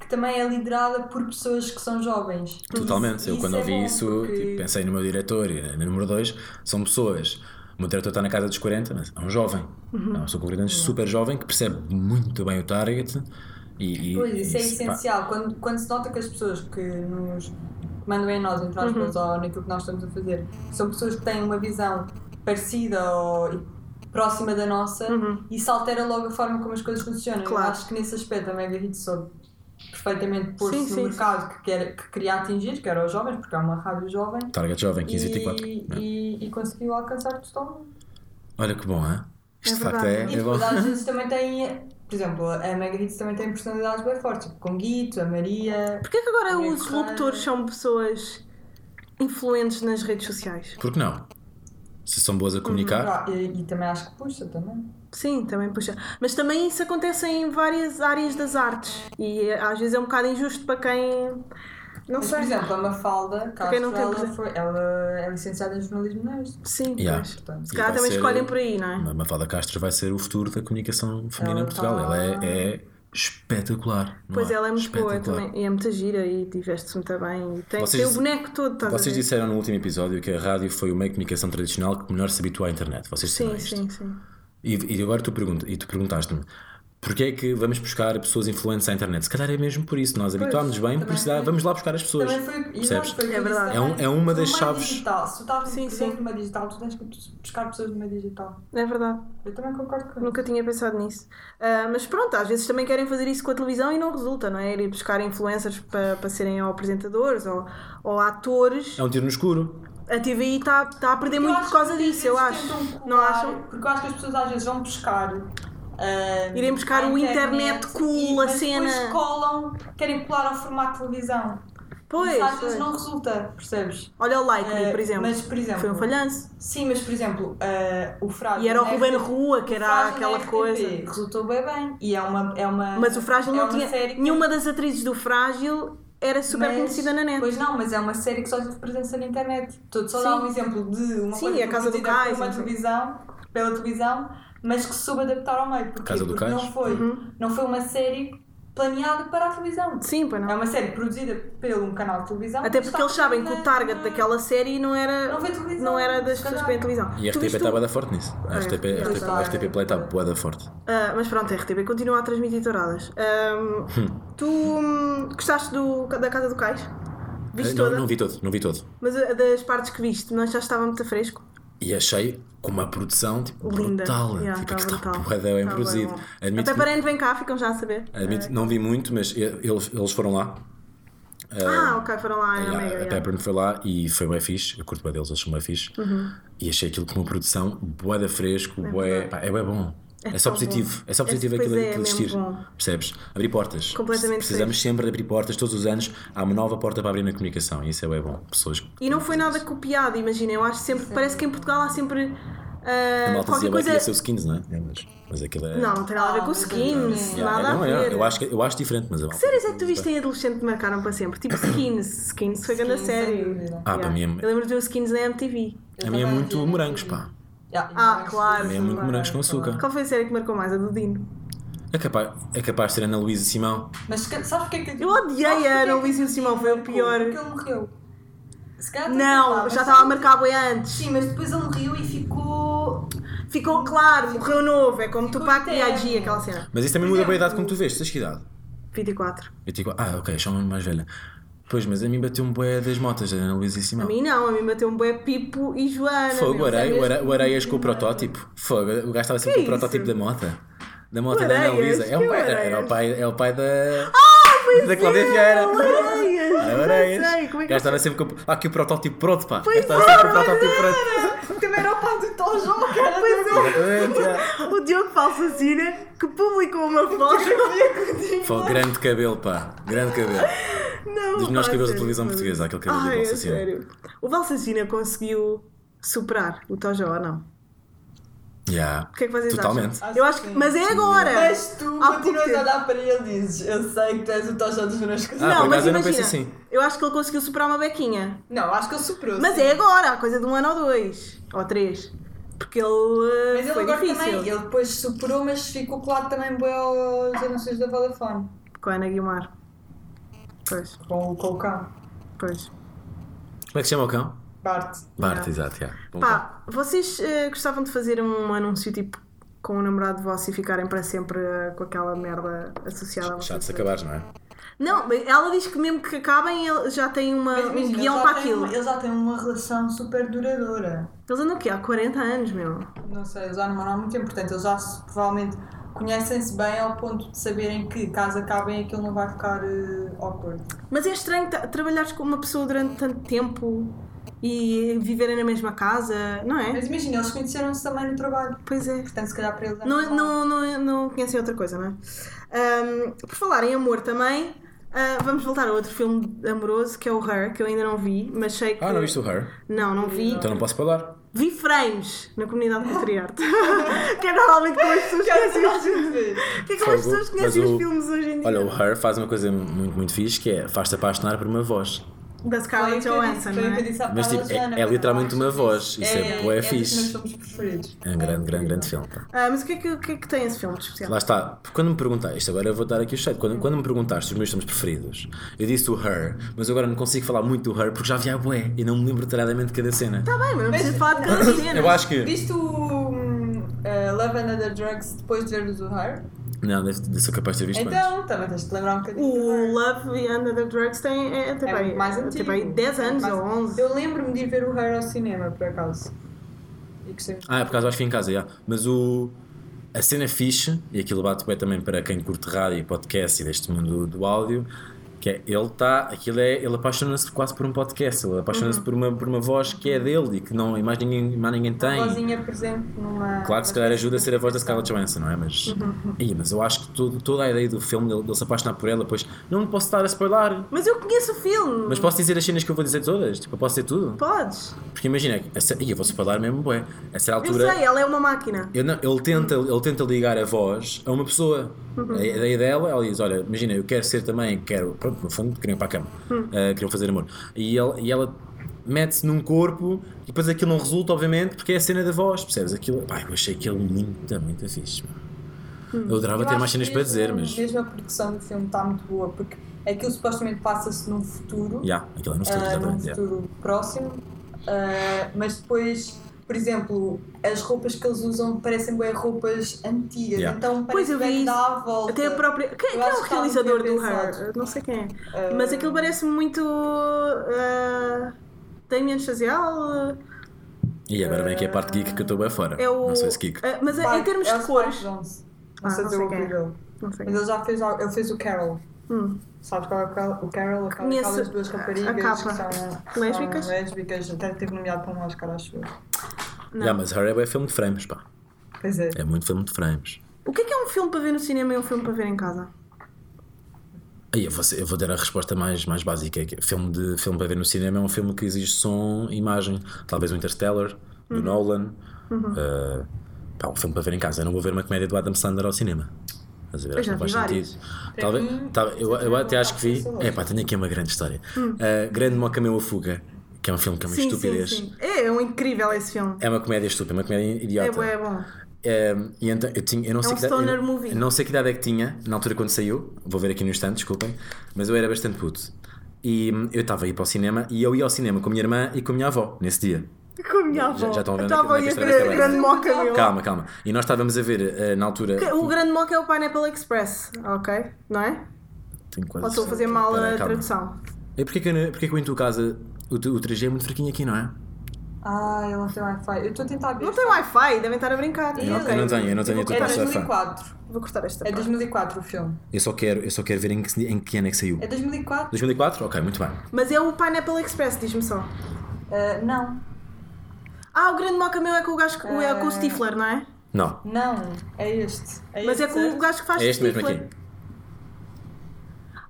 D: que também é liderada por pessoas que são jovens.
C: Totalmente.
D: Isso-
C: eu quando
D: é
C: ouvi
D: bom,
C: isso,
D: porque-
C: tipo, pensei no meu diretor e no número 2, são pessoas. O meu diretor está na casa dos 40, mas é um jovem.
D: Uhum.
C: É uma pessoa com 40 anos, super jovem, que percebe muito bem o target. E, e-
D: Pois, isso é
C: e se- pá,
D: essencial. Quando, quando se nota que as pessoas que nos que mandam em nós, entre aspas,
B: Uhum.
D: ou naquilo que nós estamos a fazer, são pessoas que têm uma visão parecida ou e próxima da nossa, isso altera logo a forma como as coisas funcionam.
B: Uhum. Claro.
D: Eu acho que nesse aspecto a Mega Hit soube perfeitamente
B: Sim,
D: pôr-se no
B: sim,
D: mercado que, quer, que queria atingir, que era os jovens, porque é uma rádio jovem.
C: Target jovem, 15 e né? 24.
D: E, e, e conseguiu alcançar totalmente.
C: Olha que bom, hein? Isto de facto
B: verdade.
C: é,
D: E
C: é bom.
D: depois às vezes também tem, por exemplo, a Mega Hits também tem personalidades bem fortes, tipo com Guito, a Maria.
B: Porquê que agora
D: Ninguém
B: os
D: sabe.
B: locutores são pessoas influentes nas redes sociais?
C: Porque não? Se são boas a comunicar,
D: Ah, e, e também acho que puxa também.
B: Sim, também puxa. Mas também isso acontece em várias áreas das artes e eh, às vezes é um bocado injusto para quem. Não
D: Mas,
B: sei.
D: por exemplo, a Mafalda
B: quem
D: Castro,
B: não tem
D: ela,
B: presente.
D: foi, ela é licenciada em jornalismo na USP,
B: Sim,
C: Yeah.
B: pois.
D: portanto.
B: Se calhar
C: vai
B: também
C: ser-
B: escolhem por aí, não é?
C: a Mafalda Castro vai ser o futuro da comunicação feminina em
D: Ela
C: Portugal.
D: tá-
C: Ela é, é espetacular. não
B: Pois ela é muito boa
C: Espetacular.
B: também, e é muito gira e diveste-se muito bem. E tem,
C: Vocês-
B: tem o boneco todo, estás
C: Vocês
B: a ver?
C: disseram no último episódio que a rádio foi o meio de comunicação tradicional que melhor se habitua à internet. Vocês disseram
B: Sim,
C: é isto.
B: sim, sim.
C: E, e agora tu, pergunta, e tu perguntaste-me porquê é que vamos buscar pessoas influentes à internet? Se calhar é mesmo por isso. Nós habituámos bem, por
D: também
C: isso dá-
D: foi.
C: vamos lá buscar as pessoas.
D: Também foi, e
C: percebes?
D: não, foi o que
B: É
D: eu disse
B: verdade.
D: também.
C: É um- é uma
D: No
C: das
D: meio
C: chaves.
D: Digital. Se tu tá estás
B: Sim,
D: sim,
B: sim.
D: numa digital, tu tens que buscar pessoas numa digital.
B: É verdade.
D: Eu também concordo com isso.
B: Nunca tinha pensado nisso. Ah, mas pronto, às vezes também querem fazer isso com a televisão e não resulta, não é? Ir buscar influencers para para serem ou apresentadores ou, ou atores.
C: É um tiro no escuro.
B: A TVI está tá a perder
D: Eu
B: muito
D: acho
B: por causa
D: que
B: disso, eu
D: eles
B: acho.
D: tentam colar,
B: Não acham?
D: Porque eu acho que as pessoas às vezes vão buscar. ah,
B: Irem buscar
D: à
B: o internet cool,
D: e-
B: a
D: mas
B: cena.
D: Depois colam, querem colar ao formato de televisão.
B: Pois.
D: Isso às
B: pois.
D: vezes não resulta, percebes?
B: Olha o Like Me,
D: Eh,
B: por exemplo.
D: mas, por exemplo,
B: Foi um falhanço.
D: Sim, mas por exemplo, eh, o Frágil.
B: E era o
D: na
B: Ruben
D: RTP
B: Rua, que
D: o
B: era
D: Frágil é
B: aquela
D: na RTP
B: coisa.
D: Resultou bem bem. E é uma. É uma
B: Mas o Frágil
D: é
B: não
D: uma
B: tinha.
D: série que-
B: Nenhuma das atrizes do Frágil era super
D: mas-
B: conhecida na net.
D: Pois não, mas é uma série que só teve presença na internet. Estou só a dar
B: Sim.
D: um exemplo de uma
B: Sim,
D: coisa
B: a Casa do
D: produzida por
B: Cais,
D: uma
B: não sei.
D: televisão, pela televisão, mas que soube adaptar ao meio. Porquê?
C: Casa do
D: Porque
C: Cais.
D: não foi, não foi uma série planeada para a televisão.
B: Uhum. Sim, pois não.
D: É uma série produzida por um canal de televisão.
B: Até porque
D: que está
B: eles sabem que o
D: na-
B: target daquela série não era,
D: Não vê televisão,
B: não era das
D: se
B: pessoas
D: calhar.
B: que veem televisão.
C: E a
B: Tu
C: RTP
B: viste
C: está
B: o-
C: boa tá da forte nisso. A
B: Ah,
C: RTP,
B: é,
C: RTP,
D: está.
C: RTP Play está boa da forte.
B: Ah, mas pronto, a RTP continua a transmitir touradas. Ahm, tu hum, gostaste do, da Casa do Cais? Viste
C: Eh,
B: toda?
C: Não, não vi todo, não vi todo.
B: Mas a- das partes que viste, não já estava muito a fresco?
C: E achei com uma produção tipo,
B: Linda.
C: brutal.
B: Yeah,
C: tipo,
B: tá
C: aquilo está
B: brutal.
C: bué da bem
B: Tá
C: produzido.
B: bem bom. Até
C: Admito
B: É.
C: que- Eh,
B: parente vem cá, ficam já a saber.
C: Admito, não vi muito, mas e- eles, eles foram lá.
B: ah, ok, foram lá na
C: E a-
B: Mega.
C: a
B: yeah.
C: Peppermint foi lá e foi bem fixe. Eu curto bem deles, eles são bem fixe. E achei aquilo com uma produção bué da fresco, é bué,
B: Uhum. verdade.
C: pá, é bué bom. É, só
B: tão
C: positivo,
B: bom.
C: é só positivo
B: É-
C: aquilo,
B: pois é,
C: aquilo
B: é mesmo
C: existir.
B: bom.
C: Percebes? Abrir portas.
B: Completamente
C: Precisamos sempre de abrir portas, todos os anos há uma nova porta para abrir na comunicação. E isso é bem bom. Pessoas que
B: E não foi nada copiado, imagina. Eu acho sempre. Parece que em Portugal há sempre. ah,
C: A malta
B: qualquer
C: dizia bem que ia ser
B: coisa.
C: os skins, não é? É, Mas, mas aquilo é.
B: Não, não tem nada a ver
D: Ah,
B: com o
D: mas é
B: skins,
D: diferente.
B: nada
C: não,
B: a
C: é,
B: ver.
C: eu, acho, que- eu acho diferente, mas é
B: Que séries é que tu viste em adolescente que marcaram para sempre? Tipo Skins. Skins foi grande
D: Skins,
B: série.
D: sem dúvida.
C: Ah, para mim é-
B: Eu lembro de ver os Skins na MTV.
C: A minha é
D: também
C: muito
D: vi.
C: morangos, pá.
D: Yeah,
B: Ah,
D: mas-
B: claro.
C: A minha é muito morangos com açúcar.
B: Qual foi a série que marcou mais? A do Dino.
C: É capaz, é capaz de ser Ana Luísa Simão.
D: Mas se- sabes porque é que
B: Eu odiei
D: sabes
B: a Ana
D: porque é que
B: Luísa
D: eu digo
B: Simão, foi o
D: que
B: pior.
D: Porque ele morreu. Se calhar tem que
B: Não,
D: falar,
B: já
D: mas-
B: estava a marcar boi antes.
D: Sim, mas depois ele morreu e ficou.
B: Ficou claro, morreu novo. É como
D: Ficou
B: Tupac e
D: eterno.
B: Agi, aquela cena.
C: Mas isso também muda bem a idade como tu vês, tens que idade?
B: 24.
C: Eu digo, ah, ok, chama-me mais velha. Pois, mas a mim bateu um boé das motas, a Ana Luísa em cima.
B: A mim não, a mim bateu um bué Pipo e Joana.
C: Fogo,
B: meu.
C: o Areias, o Are- o Areias com o protótipo. Fogo, o gajo estava sempre com o
B: isso?
C: protótipo da mota. Da mota
B: O
C: da Ana
B: Areias?
C: Luísa. É, um
B: Que
C: pai- era
B: Areias?
C: o pai, é o pai da. Ah, da Cláudia Vieira.
B: Areias,
C: Era o
B: é, não
C: Areias.
B: sei, como é
C: O
B: que
C: gajo
B: eu
C: estava sempre com. Ah, aqui o protótipo pronto, pá.
B: Pois
C: estava
B: é,
C: sempre com o
B: mas
C: protótipo pronto.
D: Também era o pai do Tom João, cara.
C: Exatamente, é.
B: O Diogo Falsacina que publicou uma foto.
C: Fogo, grande cabelo, pá. Grande cabelo.
B: Não,
C: Dos melhores
B: pá,
C: cabelos da
B: sério,
C: televisão
B: foda-se.
C: portuguesa, aquele cabelo do
B: Ai,
C: Diogo
B: é
C: Falsacina.
B: sério. O Valsacina conseguiu superar o Tojo ou não?
C: Yeah.
B: O que é que vocês
C: Totalmente.
B: acham? Eu acho que, mas é Ah, agora!
D: Mas tu
B: Há pouco
D: continuas
B: tempo.
D: a olhar para ele e dizes: Eu sei que tu és o Tom João dos meus
C: Ah,
D: coisas.
B: não,
C: por
B: mas
C: acaso eu não
B: imagina,
C: penso assim.
B: eu acho que ele conseguiu superar uma bequinha.
D: Não, acho que ele superou.
B: Mas é agora, a coisa de um ano ou dois, ou três. Porque ele uh,
D: Mas ele
B: foi
D: agora
B: difícil.
D: também, ele depois superou, mas ficou colado também bem aos anúncios da Vodafone.
B: Com a Ana Guilmar. Pois,
D: com, o- com o cão.
B: pois.
C: Como é que se chama o cão?
D: Bart.
C: Bart,
D: Yeah.
C: exato, yeah. Bom cão.
B: Pá, vocês eh, gostavam de fazer um anúncio tipo com o namorado de vosso e ficarem para sempre eh, com aquela merda associada a vocês?
C: Chato de se acabares, não é?
B: Não, mas ela diz que mesmo que acabem, ele já tem uma,
D: Mas
B: um
D: imagina,
B: guião
D: ele já
B: para
D: tem
B: aquilo.
D: uma- Ele já tem uma relação super duradoura.
B: Eles andam o quê? Há 40 anos, meu.
D: Não sei, eles já namoram há muito tempo, portanto, eles já se- provavelmente conhecem-se bem ao ponto de saberem que caso acabem aquilo não vai ficar eh, awkward.
B: Mas é estranho ta- trabalhares com uma pessoa durante tanto tempo e viverem na mesma casa, não é?
D: Mas imagina, eles conheceram-se também no trabalho.
B: Pois é.
D: Portanto, se calhar para eles é
B: Não,
D: normal.
B: não, não, não conhecem outra coisa, não é? Ahm, por falar em amor também, ah, vamos voltar a outro filme amoroso que é o Her, que eu ainda não vi, mas sei que.
C: Ah, não viste o Her?
B: Não, não vi.
C: Então não posso falar.
B: Vi frames na comunidade de criarte. que é normalmente como as pessoas conhecem os que é como as
C: Fogo,
B: pessoas
C: mas
B: conhecem os
C: o-
B: filmes hoje em dia.
C: Olha, o Her faz uma coisa muito, muito fixe que é faz-te apaixonar por uma voz.
B: da
D: Foi o
B: Scarlett
D: que eu
B: Johansson,
D: disse- foi
B: não
D: o que eu
B: é?
D: disse à
C: Mas tipo,
D: Paula Joana,
C: é, é
D: mas
C: literalmente
D: eu
C: uma
D: acho
C: voz. Isso é, bué
D: um dos meus
C: fixe.
D: filmes preferidos.
C: É um grande, grande, grande filme. pá.
B: Ah, mas o que é que, o que é que tem esse filme de especial?
C: Lá está, porque quando me perguntaste, isto agora eu vou dar aqui o cheiro, quando, quando me perguntaste os meus filmes preferidos, eu disse o Her, mas eu agora não consigo falar muito do Her porque já vi a bué e não me lembro detalhadamente de cada cena.
B: Está Tá bem, mas não preciso falar de cada cena.
C: Eu acho que.
D: É. Viste o hum, eh, Love and Other Drugs depois de veres o Her?
C: Não, deve- deve- sou capaz de ter visto antes.
D: Então, também tens de te lembrar um bocadinho. do Her.
B: O Love and Other Drugs tem é, até
D: É
B: bem,
D: mais
B: até
D: antigo.
B: bem 10 anos
D: Mais-
B: ou 11.
D: Eu lembro-me de ir ver o Her ao cinema, por acaso. E gostei muito.
C: Ah, é por causa acho que em casa, já. Mas o. A cena fixe, e aquilo bate bem também para quem curte rádio e podcast e deste mundo do áudio, que é ele está, aquilo é, ele apaixona-se quase por um podcast, ele apaixona-se por, uma, por uma voz que é dele e que não, e mais ninguém, mais ninguém tem.
D: Uma vozinha presente numa.
C: Claro, se calhar ajuda a ser a voz da Scarlett Johansson, não é? Mas, Ih, mas eu acho que todo- toda a ideia do filme, dele, dele se apaixonar por ela, pois não posso estar a spoiler,
B: Mas eu conheço o filme.
C: mas posso dizer as cenas que eu vou dizer todas, tipo, eu posso dizer tudo.
B: Podes.
C: Porque imagina, essa, Ih, eu vou spoiler mesmo, bué. A certa
B: Eu
C: altura,
B: sei, ela é uma máquina.
C: eu não- ele, tenta, ele tenta ligar a voz a uma pessoa. A ideia dela, ela diz: Olha, imagina, eu quero ser também, quero. Pronto, no fundo, queriam ir para a cama, Ah, queriam fazer amor. E, ele- e ela mete-se num corpo e depois aquilo não resulta, obviamente, porque é a cena da voz, percebes? Aquilo, pá, eu achei aquilo muito, muito fixe. meu. Eu adorava ter mais cenas para dizer, mas.
D: Mesmo a produção do filme está muito boa, porque aquilo supostamente passa-se num futuro.
C: Yeah, aquilo é no futuro,
D: ah, num
C: exatamente. yeah.
D: futuro próximo. ah, mas depois, por exemplo, as roupas que eles usam parecem bem roupas antigas,
C: Yeah.
D: então
B: Pois,
D: parece
B: eu vi
D: bem que
B: isso.
D: dá a volta.
B: Até a própria. Quem,
D: Eu
B: quem é o
D: acho que está muito
B: realizador
D: bem
B: do Her?
D: pensado.
B: Eu Não sei quem é.
D: Ah,
B: Mas aquilo parece muito. ah, Damien Chazelle?
C: E agora vem aqui a parte geek que eu estou bem fora.
B: É o.
C: Não sou esse geek.
B: Ah, mas é-
D: Spike-
B: em termos
D: é o
B: de
D: Spike
B: cores.
D: Jonze.
B: Ah,
D: Não sei
B: não
D: dizer
B: sei
D: o
B: quem é.
D: apelido dele.
B: Não sei.
D: Mas ele já fez, al- ele fez o Carol.
B: Hum.
D: Sabes qual é o Carol? O Carol, aquela-
B: Conheço
D: aquelas duas
B: a- a
D: raparigas
B: capa.
D: que são- que são
B: Lésbicas?
D: lésbicas, até teve nomeado para um Oscar, acho eu.
B: Não.
C: Yeah, mas Harry é bué filme de frames, pá.
D: Pois é.
C: É muito filme de frames.
B: O que é que é um filme para ver no cinema e um filme para ver em casa?
C: Aí eu vou, ser- eu vou dar a resposta mais, mais básica. que é Filme, de, filme para ver no cinema é um filme que exige som e imagem. Talvez o Interstellar, do
B: Uhum.
C: Nolan. Uh, pá, um filme para ver em casa. Eu não vou ver uma comédia do Adam Sandler ao cinema. Mas ver,
B: Eu
C: acho que
B: já
C: não faz
B: vi vários.
C: sentido. Talvez, tal- eu, eu até acho que vi. É pá, tenho aqui uma grande história. Uh, grande Moca Meu a Fuga, que é um filme que é uma estupidez.
B: Hum. sim, sim. É, é um incrível esse filme.
C: É uma comédia estúpida, uma comédia
B: É,
C: idiota.
B: bom, é bom.
C: Um, e então, eu, tinha, eu não sei
B: um
C: que idade- eu
B: stoner
C: não-
B: movie.
C: eu não sei que idade é que tinha na altura quando saiu, vou ver aqui no instante, desculpem, mas eu era bastante puto. E hum, eu estava a ir para o cinema e eu ia ao cinema com a minha irmã e com a minha avó nesse dia.
B: É Com a minha avó.
C: Já- já estão a ver
B: a
C: onde é
B: tua
C: que-
B: avó
C: onde é
B: ia
C: que
B: ver
C: isto vai
B: a grande moca meu.
C: Calma, calma. E nós estávamos a ver eh, na altura.
B: Que- O grande moca é o Pineapple Express, ok? Não é?
C: Tenho quase
B: Ou estou a fazer
C: certeza.
B: mal
C: Pera,
B: a
C: calma.
B: tradução?
C: E porquê que, eu não- porquê que o em tua casa o, teu- o 3G é muito fraquinho aqui, não é?
D: Ah, ele não tem Wi-Fi. Eu estou a tentar ver.
B: Não tem Wi-Fi, devem estar a brincar.
C: Eu não- eu não tenho, eu não tenho, tipo eu estou
D: É
C: a surfar.
D: 2004.
B: Vou cortar esta
D: É
B: parte.
D: 2004 o filme.
C: Eu só quero, eu só quero ver em que, em que ano é que saiu.
D: É 2004?
C: 2004? Ok, muito bem.
B: Mas é o Pineapple Express, diz-me só.
D: Ah, não.
B: Ah, o grande moca meu é com o gajo que- é com o Stifler, não é?
C: Não.
D: Não. É este.
B: Mas
D: este,
B: é com o
D: certo?
B: gajo que faz
C: É este mesmo
B: Stifler.
C: aqui.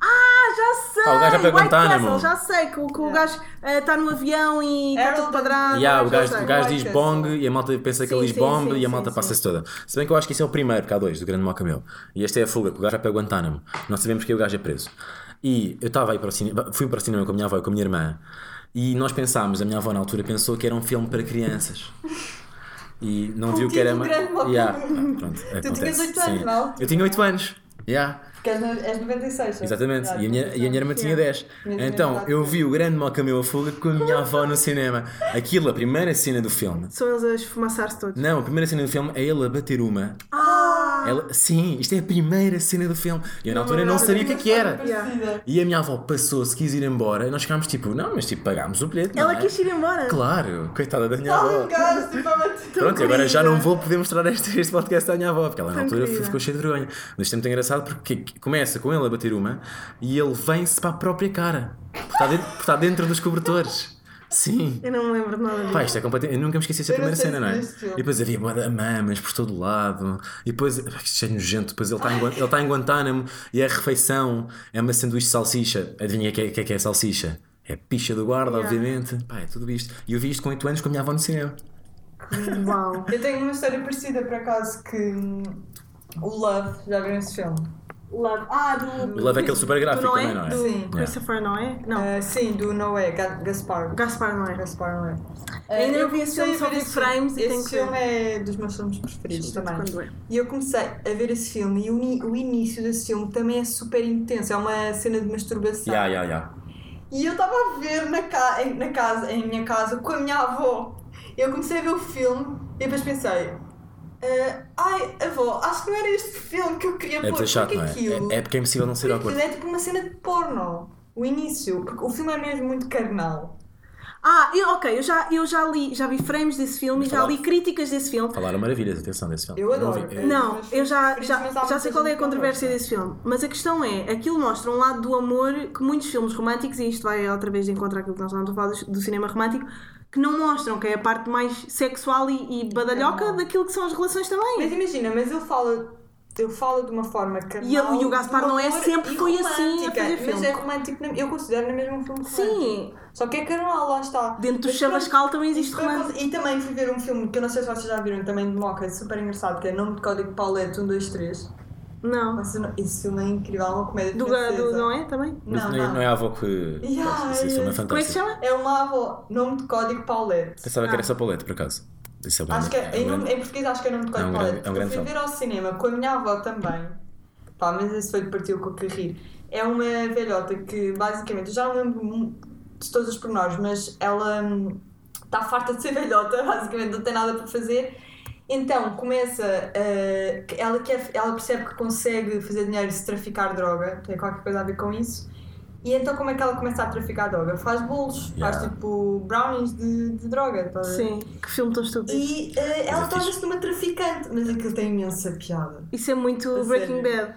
B: Ah, já sei!
C: Ah, o gajo é para
B: White
C: Guantánamo.
B: Castle, Já sei, que, o- que o gajo está no avião e está
D: Harold
B: tudo
D: and-
B: quadrado.
C: Yeah, o
B: Ah, já
C: gajo,
B: sei.
C: o gajo
D: White
C: diz
D: Castle.
C: bong e a malta pensa que
B: Sim,
C: ele diz
B: sim,
C: bomb
B: sim,
C: e a
B: sim,
C: malta
B: sim.
C: passa-se toda. Se bem que eu acho que esse é o primeiro, porque há dois, do grande Mocameu. E este é a fuga, que o gajo vai para Guantánamo. Não sabemos porque o gajo é preso. E eu estava aí para o cinema, fui para o cinema com a minha avó e com a minha irmã. E nós pensámos, a minha avó na altura pensou que era um filme para crianças. E não viu que era.
D: título
C: ma-
D: grande Mocameu.
C: yeah. Pronto,
D: tinhas
C: acontece.
D: oito anos,
C: Sim.
D: não?
C: Eu tinha 8 anos. Yeah.
D: Porque és, é no- és 96, certo?
C: Exatamente,
D: Ah,
C: e a minha, e a minha irmã tinha 10.
D: Minha irmã
C: Então
D: tinha
C: eu vi o grande Mocameu a Fuga com a minha avó no cinema. Aquilo, a primeira cena do filme.
B: São eles a esfumaçar-se todos. Ah!
C: Não, a primeira cena do filme é ele a bater uma. Ela, sim, isto é a primeira cena do filme. E eu na altura não
B: lembrava
C: sabia o que, é que era.
D: Parecida.
C: E a minha avó passou-se, quis ir embora. Nós ficámos tipo, não, mas tipo, pagámos o bilhete. não
B: Ela
C: é?
B: quis ir embora.
C: Claro, coitada da minha
D: Ah,
C: avó.
D: um gajo, tipo, a bater.
C: Pronto, e agora
B: querida.
C: já não vou poder mostrar este, este podcast à minha avó, porque ela na
B: Tão
C: altura
B: querida.
C: ficou cheia de vergonha. Mas isto é muito engraçado porque que- começa com ele a bater uma e ele vem-se para a própria cara, porque está dentro, porque está dentro dos cobertores. Sim.
B: Eu não me lembro de nada disso.
C: Pá, isto é completamente. Eu nunca me esqueci dessa
D: Eu não
C: primeira
D: sei
C: cena, não é?
D: desse filme.
C: E depois havia bué de mamas por todo lado. E depois. Ai, que Isto é nojento. Depois ele está em, Guan- ele está em Guantánamo e a refeição é uma sanduíche de salsicha. Adivinha o que, é- que é que é salsicha? É picha do guarda,
B: Yeah.
C: obviamente. Pá, é tudo isto. E eu vi isto com 8 anos com a minha avó no cinema.
B: Uau.
D: Eu tenho uma história parecida, por acaso, que hum, o Love, já viram esse filme?
B: Love. Ah, do.
C: O Love é aquele super gráfico
B: Noé?
C: também, não é?
B: Do
D: Sim.
B: Christopher Noé? Não.
D: Ah, sim, do Noé, Ga- Gaspar.
B: Gaspar é. Noé.
D: Gaspar Noé. Ah,
B: Ainda
D: eu
B: não vi esse
D: comecei
B: filme, só
D: a ver
B: vi
D: esse
B: frames e
D: Esse
B: tenho que
D: filme
B: ver.
D: é dos meus filmes preferidos
B: Deixa eu ver
D: também.
B: quando é.
D: E eu comecei a ver esse filme e o, ni- o início desse filme também é super intenso. É uma cena de masturbação.
C: Ya, ya, ya.
D: E eu estava a ver na, ca- em, na casa, em minha casa com a minha avó. Eu comecei a ver o filme e depois pensei. "Ah, ai, avó, acho que não era este filme que eu queria
C: É
D: pôr.
C: muito
D: Porque
C: chato, não é?
D: aquilo.
C: É, é porque é impossível não ser
D: porque aquilo
C: awkward.
D: é tipo uma cena de porno. O início. Porque o filme é mesmo muito carnal.
B: Ah, eu, ok, eu já, eu já li, já vi frames desse filme, e já li críticas desse filme.
C: Falaram maravilhas, atenção desse filme.
D: é? Eu
C: não
D: adoro.
C: vi. É-
B: Não,
D: Mas-
B: eu já,
D: por isso,
B: já,
D: mas há
B: já sei
D: muita
B: qual é a
D: gente que não
B: controvérsia
D: gosta.
B: desse filme. Mas a questão é, aquilo mostra um lado do amor que muitos filmes românticos, e isto vai outra vez de encontrar aquilo que nós estamos a falar do, do cinema romântico, que não mostram, que é a parte mais sexual e, e
D: É
B: badalhoca daquilo que são as relações também.
D: Mas imagina, mas ele fala. Ele fala de uma forma carnal.
B: E ele- e o Gaspar
D: de um
B: Noé
D: amor
B: sempre
D: e
B: foi assim a
D: romântica.
B: fazer
D: Mas
B: filme.
D: é romântico, na- eu considero na mesma um filme romântico.
B: Sim,
D: Só que é carnal, lá está.
B: dentro do
D: Mas pronto,
B: chavascal também existe
D: Foi
B: romance.
D: quase- E também fui ver um filme que eu não sei se vocês já viram, também de Moca, super engraçado, que é Nome de Código Paulette 123.
B: Não.
D: Vocês não- Esse filme é incrível, é uma comédia
B: Do,
D: francesa.
B: do, não é? Também?
C: Mas
D: Não,
C: não, é-
D: não.
C: não é a avó que.
D: Ya,
C: Esse
B: Como
C: filme é
D: é.
B: é que se
C: fantástico.
B: chama?
D: É uma avó, Nome de Código Paulette.
C: Pensava que era
B: Ah.
C: só Paulette, por acaso. Isso é bom,
D: Acho que
C: um
D: é, em,
C: grande-
D: nome- em português acho que é Nome de
C: É
D: Código
C: um grande-
D: Paulette.
C: é um
D: Eu
C: grande
D: fui
C: filme.
D: ver ao cinema com a minha avó também. Pá, mas esse foi de partir com o que rir. É uma velhota que basicamente, eu já não lembro mu- de todos os pormenores, mas ela hum, está farta de ser velhota, basicamente não tem nada para fazer. Então começa, uh, que ela, quer, ela percebe que consegue fazer dinheiro se traficar droga, tem qualquer coisa a ver com isso. E então como é que ela começa a traficar droga? Faz bolos,
C: Yeah.
D: faz tipo brownies de, de droga. tá a ver?
B: Sim, que filme tão estúpido.
D: E eh, ela
C: é fixe.
D: torna-se numa traficante, mas aquilo tem imensa piada.
B: Isso é muito
D: A
B: Breaking
D: sério. é
B: Bad.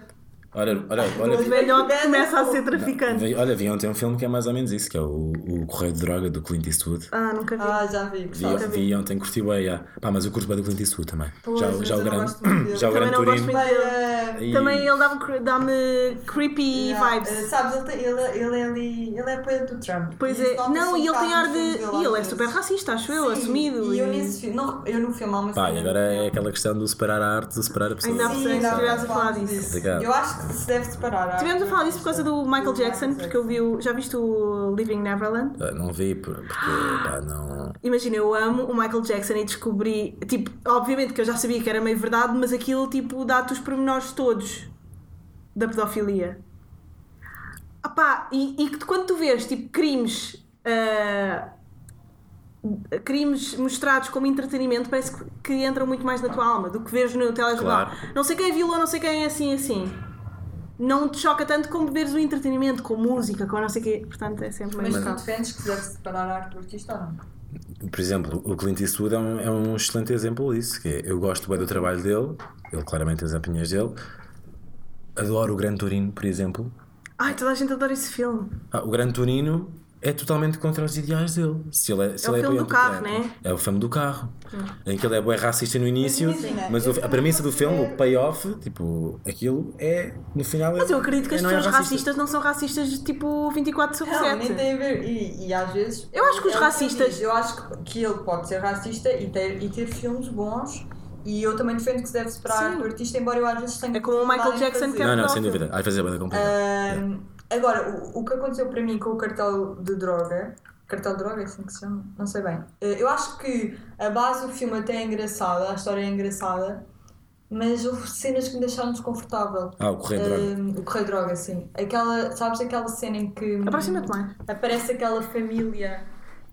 C: Olha, olha,
B: O
C: olha.
B: velhote que começa a ser traficante.
C: vi- Olha, vi ontem um filme que é mais ou menos isso, que é o, o Correio de Droga do Clint Eastwood.
B: Ah, nunca vi.
C: é
D: Ah, já vi.
C: Vi,
D: gostava.
C: vi ontem, curti bem, já. Pá, mas eu curto bem do Clint Eastwood também.
D: Pois,
C: já,
D: mas
C: já o
D: eu não
C: grande,
D: gosto muito dele.
C: já o
B: Também
C: grande
B: não gosto
C: Turino.
B: muito.
D: Bem, eh,
C: E-
B: Também ele dá-me cre- dá-me creepy
D: yeah, eh,
B: vibes.
D: sabes, ele, tem- ele, ele, é ali- ele é apoiador do Trump.
B: Pois
D: E isso
B: é,
D: nota-se
B: não,
D: um
B: e ele tem
D: bocado
B: ar
D: nos
B: de.
D: filmes dele,
B: E
D: às
B: ele é
D: vezes.
B: super racista, acho eu,
D: Sim,
B: assumido.
D: E eu nesse filme, não, eu no filme há uma
C: Pá,
D: cena
C: e agora é
D: dele.
C: aquela questão do separar a arte, do separar a pessoa.
B: Ainda há
D: Sim,
B: pessoas que
D: ainda há
B: estivemos a falar
D: pessoas
B: disso.
C: Complicado.
D: Eu acho que se deve separar. acho.
B: Tivemos a falar disso por causa do Michael Jackson, porque eu vi o. Já viste o Living Neverland?
C: Ah, Não vi, por- porque pá, não.
B: Imagina, eu amo o Michael Jackson e descobri. Tipo, obviamente que eu já sabia que era meio verdade, mas aquilo, tipo, dá-te os pormenores todos da pedofilia. Ah pá, e, e que tu- quando tu vês, tipo, crimes. ah, crimes mostrados como entretenimento parece que, que entram muito mais na tua alma do que vês no telejornal.
C: Claro.
B: Não sei quem é vilão, não sei quem é assim, assim. Não te choca tanto como veres o entretenimento, com música, com não sei o quê. Portanto, é sempre mais
D: Mas tu
B: chato.
D: defendes que se deve separar a arte do artista ou não?
C: Por exemplo, o Clint Eastwood é um, é um excelente exemplo disso. Que é, eu gosto bem do trabalho dele, ele claramente tem as opiniões dele. Adoro o Gran Turino, por exemplo.
B: Ai, toda a gente adora esse filme.
C: Ah, o Gran Turino é totalmente contra os ideais dele. Se ele é, se
B: É o
C: ele
B: filme do
C: apoiante
B: carro,
C: Trump.
B: né?
C: É o filme do carro. Em que ele é bué racista no início,
D: Mas imagina,
C: mas, o-
D: eu
C: a premissa do filme, o
D: considero-
C: payoff, tipo, aquilo é, no final. é-
B: Mas eu acredito que as
C: é- não é
B: pessoas
C: racista.
B: racistas não são racistas tipo 24 sobre
D: Não, nem
B: 7.
D: tem a ver. E, e às vezes.
B: Eu acho que os
D: é o eu
B: racistas-
D: digo, Eu acho que- que ele pode ser racista e ter, e ter filmes bons. E eu também defendo que se deve separar
B: Sim.
D: do artista, embora eu às vezes tenha.
B: É como o Michael
D: dificuldade em
B: Jackson que
D: fazer.
B: é-
C: Não, não, sem
B: Pedófilo. Ah,
C: dúvida. Às vezes é bem complicado.
D: Ahm, agora, o, o que aconteceu para mim com o cartel de droga. Cartel de droga, é assim que se chama? Não sei bem. Eh, Eu acho que a base do filme até é engraçada, a história é engraçada. mas houve cenas que me deixaram desconfortável.
C: Ah, o Correio de
B: eh,
C: Droga.
D: Hum, o Correio de Droga, sim. Aquela, sabes aquela cena em que hum,
B: Aproxima-te mais.
D: aparece aquela família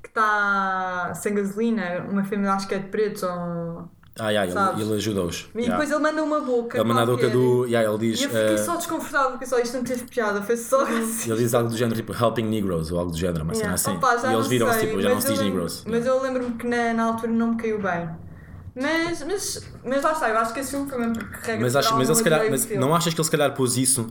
D: que está sem gasolina, uma família acho que é de pretos ou.
C: Ah, yeah,
D: Sabes?
C: ele, ele ajuda-os.
D: E
C: Yeah. É
D: depois ele manda uma boca.
C: Ele manda a boca
D: qualquer.
C: do. Yeah, ele diz.
D: E eu fiquei
C: eh,
D: só desconfortável, porque só isto não teve piada, foi só assim.
C: Ele diz algo do género tipo Helping Negroes ou algo do género, uma
B: Yeah.
C: cena assim.
D: Opa, já
C: e
D: não
C: eles viram-se
D: sei,
C: tipo, já não
D: mas
C: se diz
D: eu lembro-
C: Negroes.
D: Mas eu lembro-me que na, na altura não me caiu bem. Mas, mas, mas lá está, eu acho que esse filme foi mesmo porque regra
C: Mas, acho,
D: geral,
C: mas ele
D: não
C: se calhar,
D: adorei o
C: mas
D: filme.
C: não achas que ele se calhar pôs isso?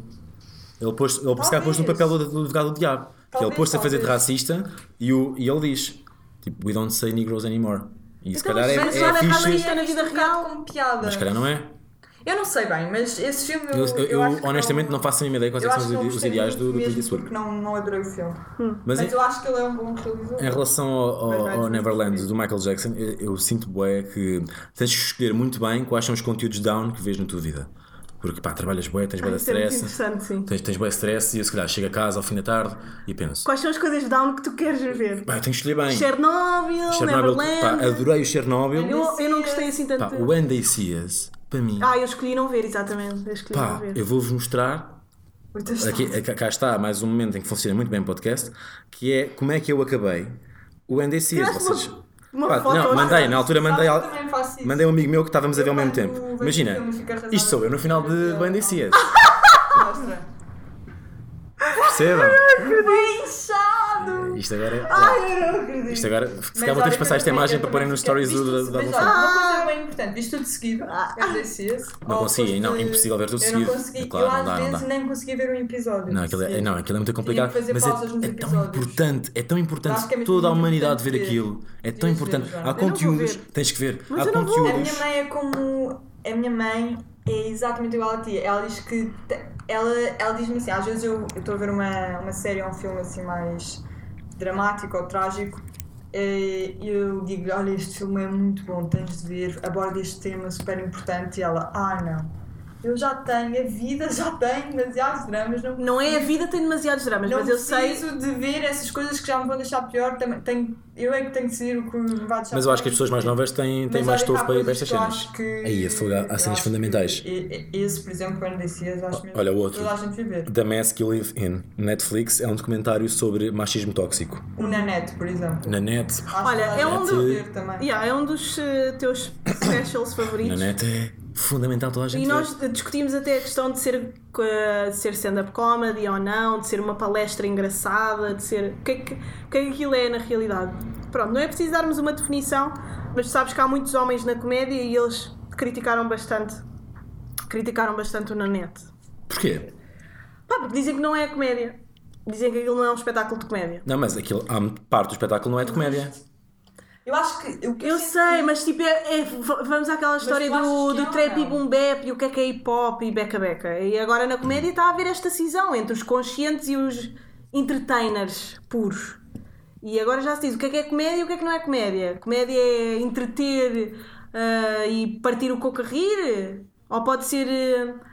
C: Ele, pôs, ele se calhar pôs no
D: Talvez.
C: papel do do advogado do diabo. que ele
D: Talvez,
C: pôs-se a fazer de
D: talvez.
C: racista e, o, e ele diz: Tipo, we don't say Negroes anymore. E se
D: Então,
C: calhar é, é
B: mas olha, cada
C: fixe,
B: isto é na vida
D: real como piada.
C: mas se calhar não é.
D: Eu não sei bem, mas esse filme eu,
C: Eu, eu- eu,
D: acho que
C: honestamente não, faço a mínima ideia quais é
D: eu
C: que
D: acho que
C: são
D: não
C: os, os
D: gostei
C: ideais
D: muito
C: do, do
D: mesmo
C: Clint Eastwood.
D: Porque não, não adorei o filme.
C: Mas,
D: Mas,
C: em-
D: eu acho que ele é um bom realizador.
C: Em relação ao, ao-
D: Mas vai
C: ao
D: ser
C: Neverland
D: difícil.
C: do Michael Jackson, eu, eu sinto bué que tens de escolher muito bem quais são os conteúdos down que vês na tua vida. Porque pá, trabalhas bué, tens bué de
B: Isso é muito
C: stress,
B: interessante, sim.
C: tens, tens bué de stress e eu se calhar chego a casa ao fim da tarde e penso,
B: Quais são as coisas down que tu queres ver?
C: pá, eu tenho que escolher bem.
B: Chernobyl,
C: Chernobyl, pá,
B: Neverland.
C: adorei o Chernobyl.
B: Eu, eu não gostei assim tanto.
C: Pá, o When They See Us, para mim,
B: Ah, eu escolhi não ver, exatamente. Eu escolhi não
C: pá,
B: ver.
C: eu vou-vos mostrar
D: Muitas
C: Aqui, é cá- cá está mais um momento em que funciona muito bem o podcast, que é como é que eu acabei o NDC.
B: Tiraste
C: Vocês...
B: uma- uma
C: Pá,
B: foto
C: não,
B: ao
C: mandei,
B: lado.
C: na altura mandei,
D: Sabe,
C: al-
D: eu também faço isso.
C: mandei um amigo meu que estávamos a ver ao
D: Eu
C: mesmo
D: quando
C: tempo.
D: vejo
C: Imagina,
D: filmes fico arrasada.
C: isto sou eu no final de
D: Eu-
C: o NDC.
D: Mostra.
C: Percebam?
D: Bem inchado!
C: Isto agora é.
D: Ai, eu não acredito.
C: Isto agora. Se calhar vou
D: Mas
C: ter
D: olha,
C: que passar esta
D: eu também-
C: imagem
D: eu
C: para
D: também
C: porem nos
D: fiquei-
C: stories
D: Visto
C: do-
D: tudo-
C: da
D: mas
C: Alfonso.
D: olha, Uma coisa bem importante, visto tudo de seguido. NDCS.
C: Não consegui, não, impossível ver tudo de seguido.
D: Eu não consegui,
C: É claro,
D: eu
C: não dá,
D: às
C: não
D: vezes
C: dá.
D: nem consegui ver um episódio.
C: Não aquilo, é,
D: Sim.
C: não, aquilo é muito complicado.
D: que fazer
C: Mas
D: pausas
C: é,
D: nos
C: é tão
D: episódios.
C: importante, é tão importante
D: Acho que é
C: toda a
D: muito
C: humanidade ver
D: importante ver.
C: aquilo. É tão
D: Devias ver,
C: importante.
D: Joana.
C: Há
D: Eu não
B: vou
C: conteúdos,
B: ver.
C: tens que ver.
B: Mas
C: Há
B: eu não vou.
D: A minha
C: conteúdos.
D: mãe é como. A minha mãe é exatamente igual a ti. Ela diz que. te- Ela, ela diz-me assim: às vezes eu eu estou a ver uma, uma série ou um filme assim mais dramático ou trágico. eh, E eu digo: Olha, este filme é muito bom, tens de ver, aborda este tema super importante. E ela: Ah, não. Eu já tenho, a vida já tem demasiados dramas, não
B: Não é a vida tem demasiados dramas,
D: não
B: mas eu sei.
D: preciso de ver essas coisas que já me vão deixar pior. Também tenho, eu é que tenho que decidir o que me vai deixar
C: Mas eu acho que as
D: pior.
C: pessoas mais novas têm, têm
D: Mas
C: mais
D: olha que
C: estofo para,
D: há
C: para
D: coisas
C: estas
D: que eu
C: cenas.
D: acho que-
C: Aí, fogo, há- há
D: eu
C: cenas
D: acho
C: fundamentais.
D: que e- e- Esse, por exemplo, o NDCs, acho mesmo.
C: olha o outro.
D: Toda a gente viver.
C: The Mask You Live In, Netflix, é um documentário sobre machismo tóxico.
D: O Nanette, por exemplo.
C: Na net.
D: Acho
B: Olha,
D: que
B: é
D: toda a
B: um
D: gente
B: do-
D: viver também.
B: Yeah, é um dos eh, teus specials
C: Na
B: favoritos.
C: net é fundamental toda a gente.
B: E
C: ver.
B: nós discutimos até a questão de ser, eh, de ser stand-up comedy ou não, de ser uma palestra engraçada, de ser. O que, é que, o que é que aquilo é na realidade? Pronto, não é preciso darmos uma definição, mas sabes que há muitos homens na comédia e eles criticaram bastante. Criticaram bastante o Nanete.
C: Porquê?
B: Pá, porque dizem que não é comédia. Dizem que aquilo não é um espetáculo de comédia.
C: Não, mas aquilo, há parte do espetáculo não é de comédia.
D: Eu acho que. o que
B: Eu
D: sinto-
B: sei, mas tipo, é, é- v- vamos àquela história
D: tu achas
B: do,
D: que é
B: do
D: ou
B: trap e
D: não?
B: boom bap e o que é que é hip hop e beca beca. E agora na comédia está a haver esta cisão entre os conscientes e os entertainers puros. E agora já se diz o que é que é comédia e o que é que não é comédia. Comédia é entreter ah, e partir o coco a rir? Ou pode ser ah,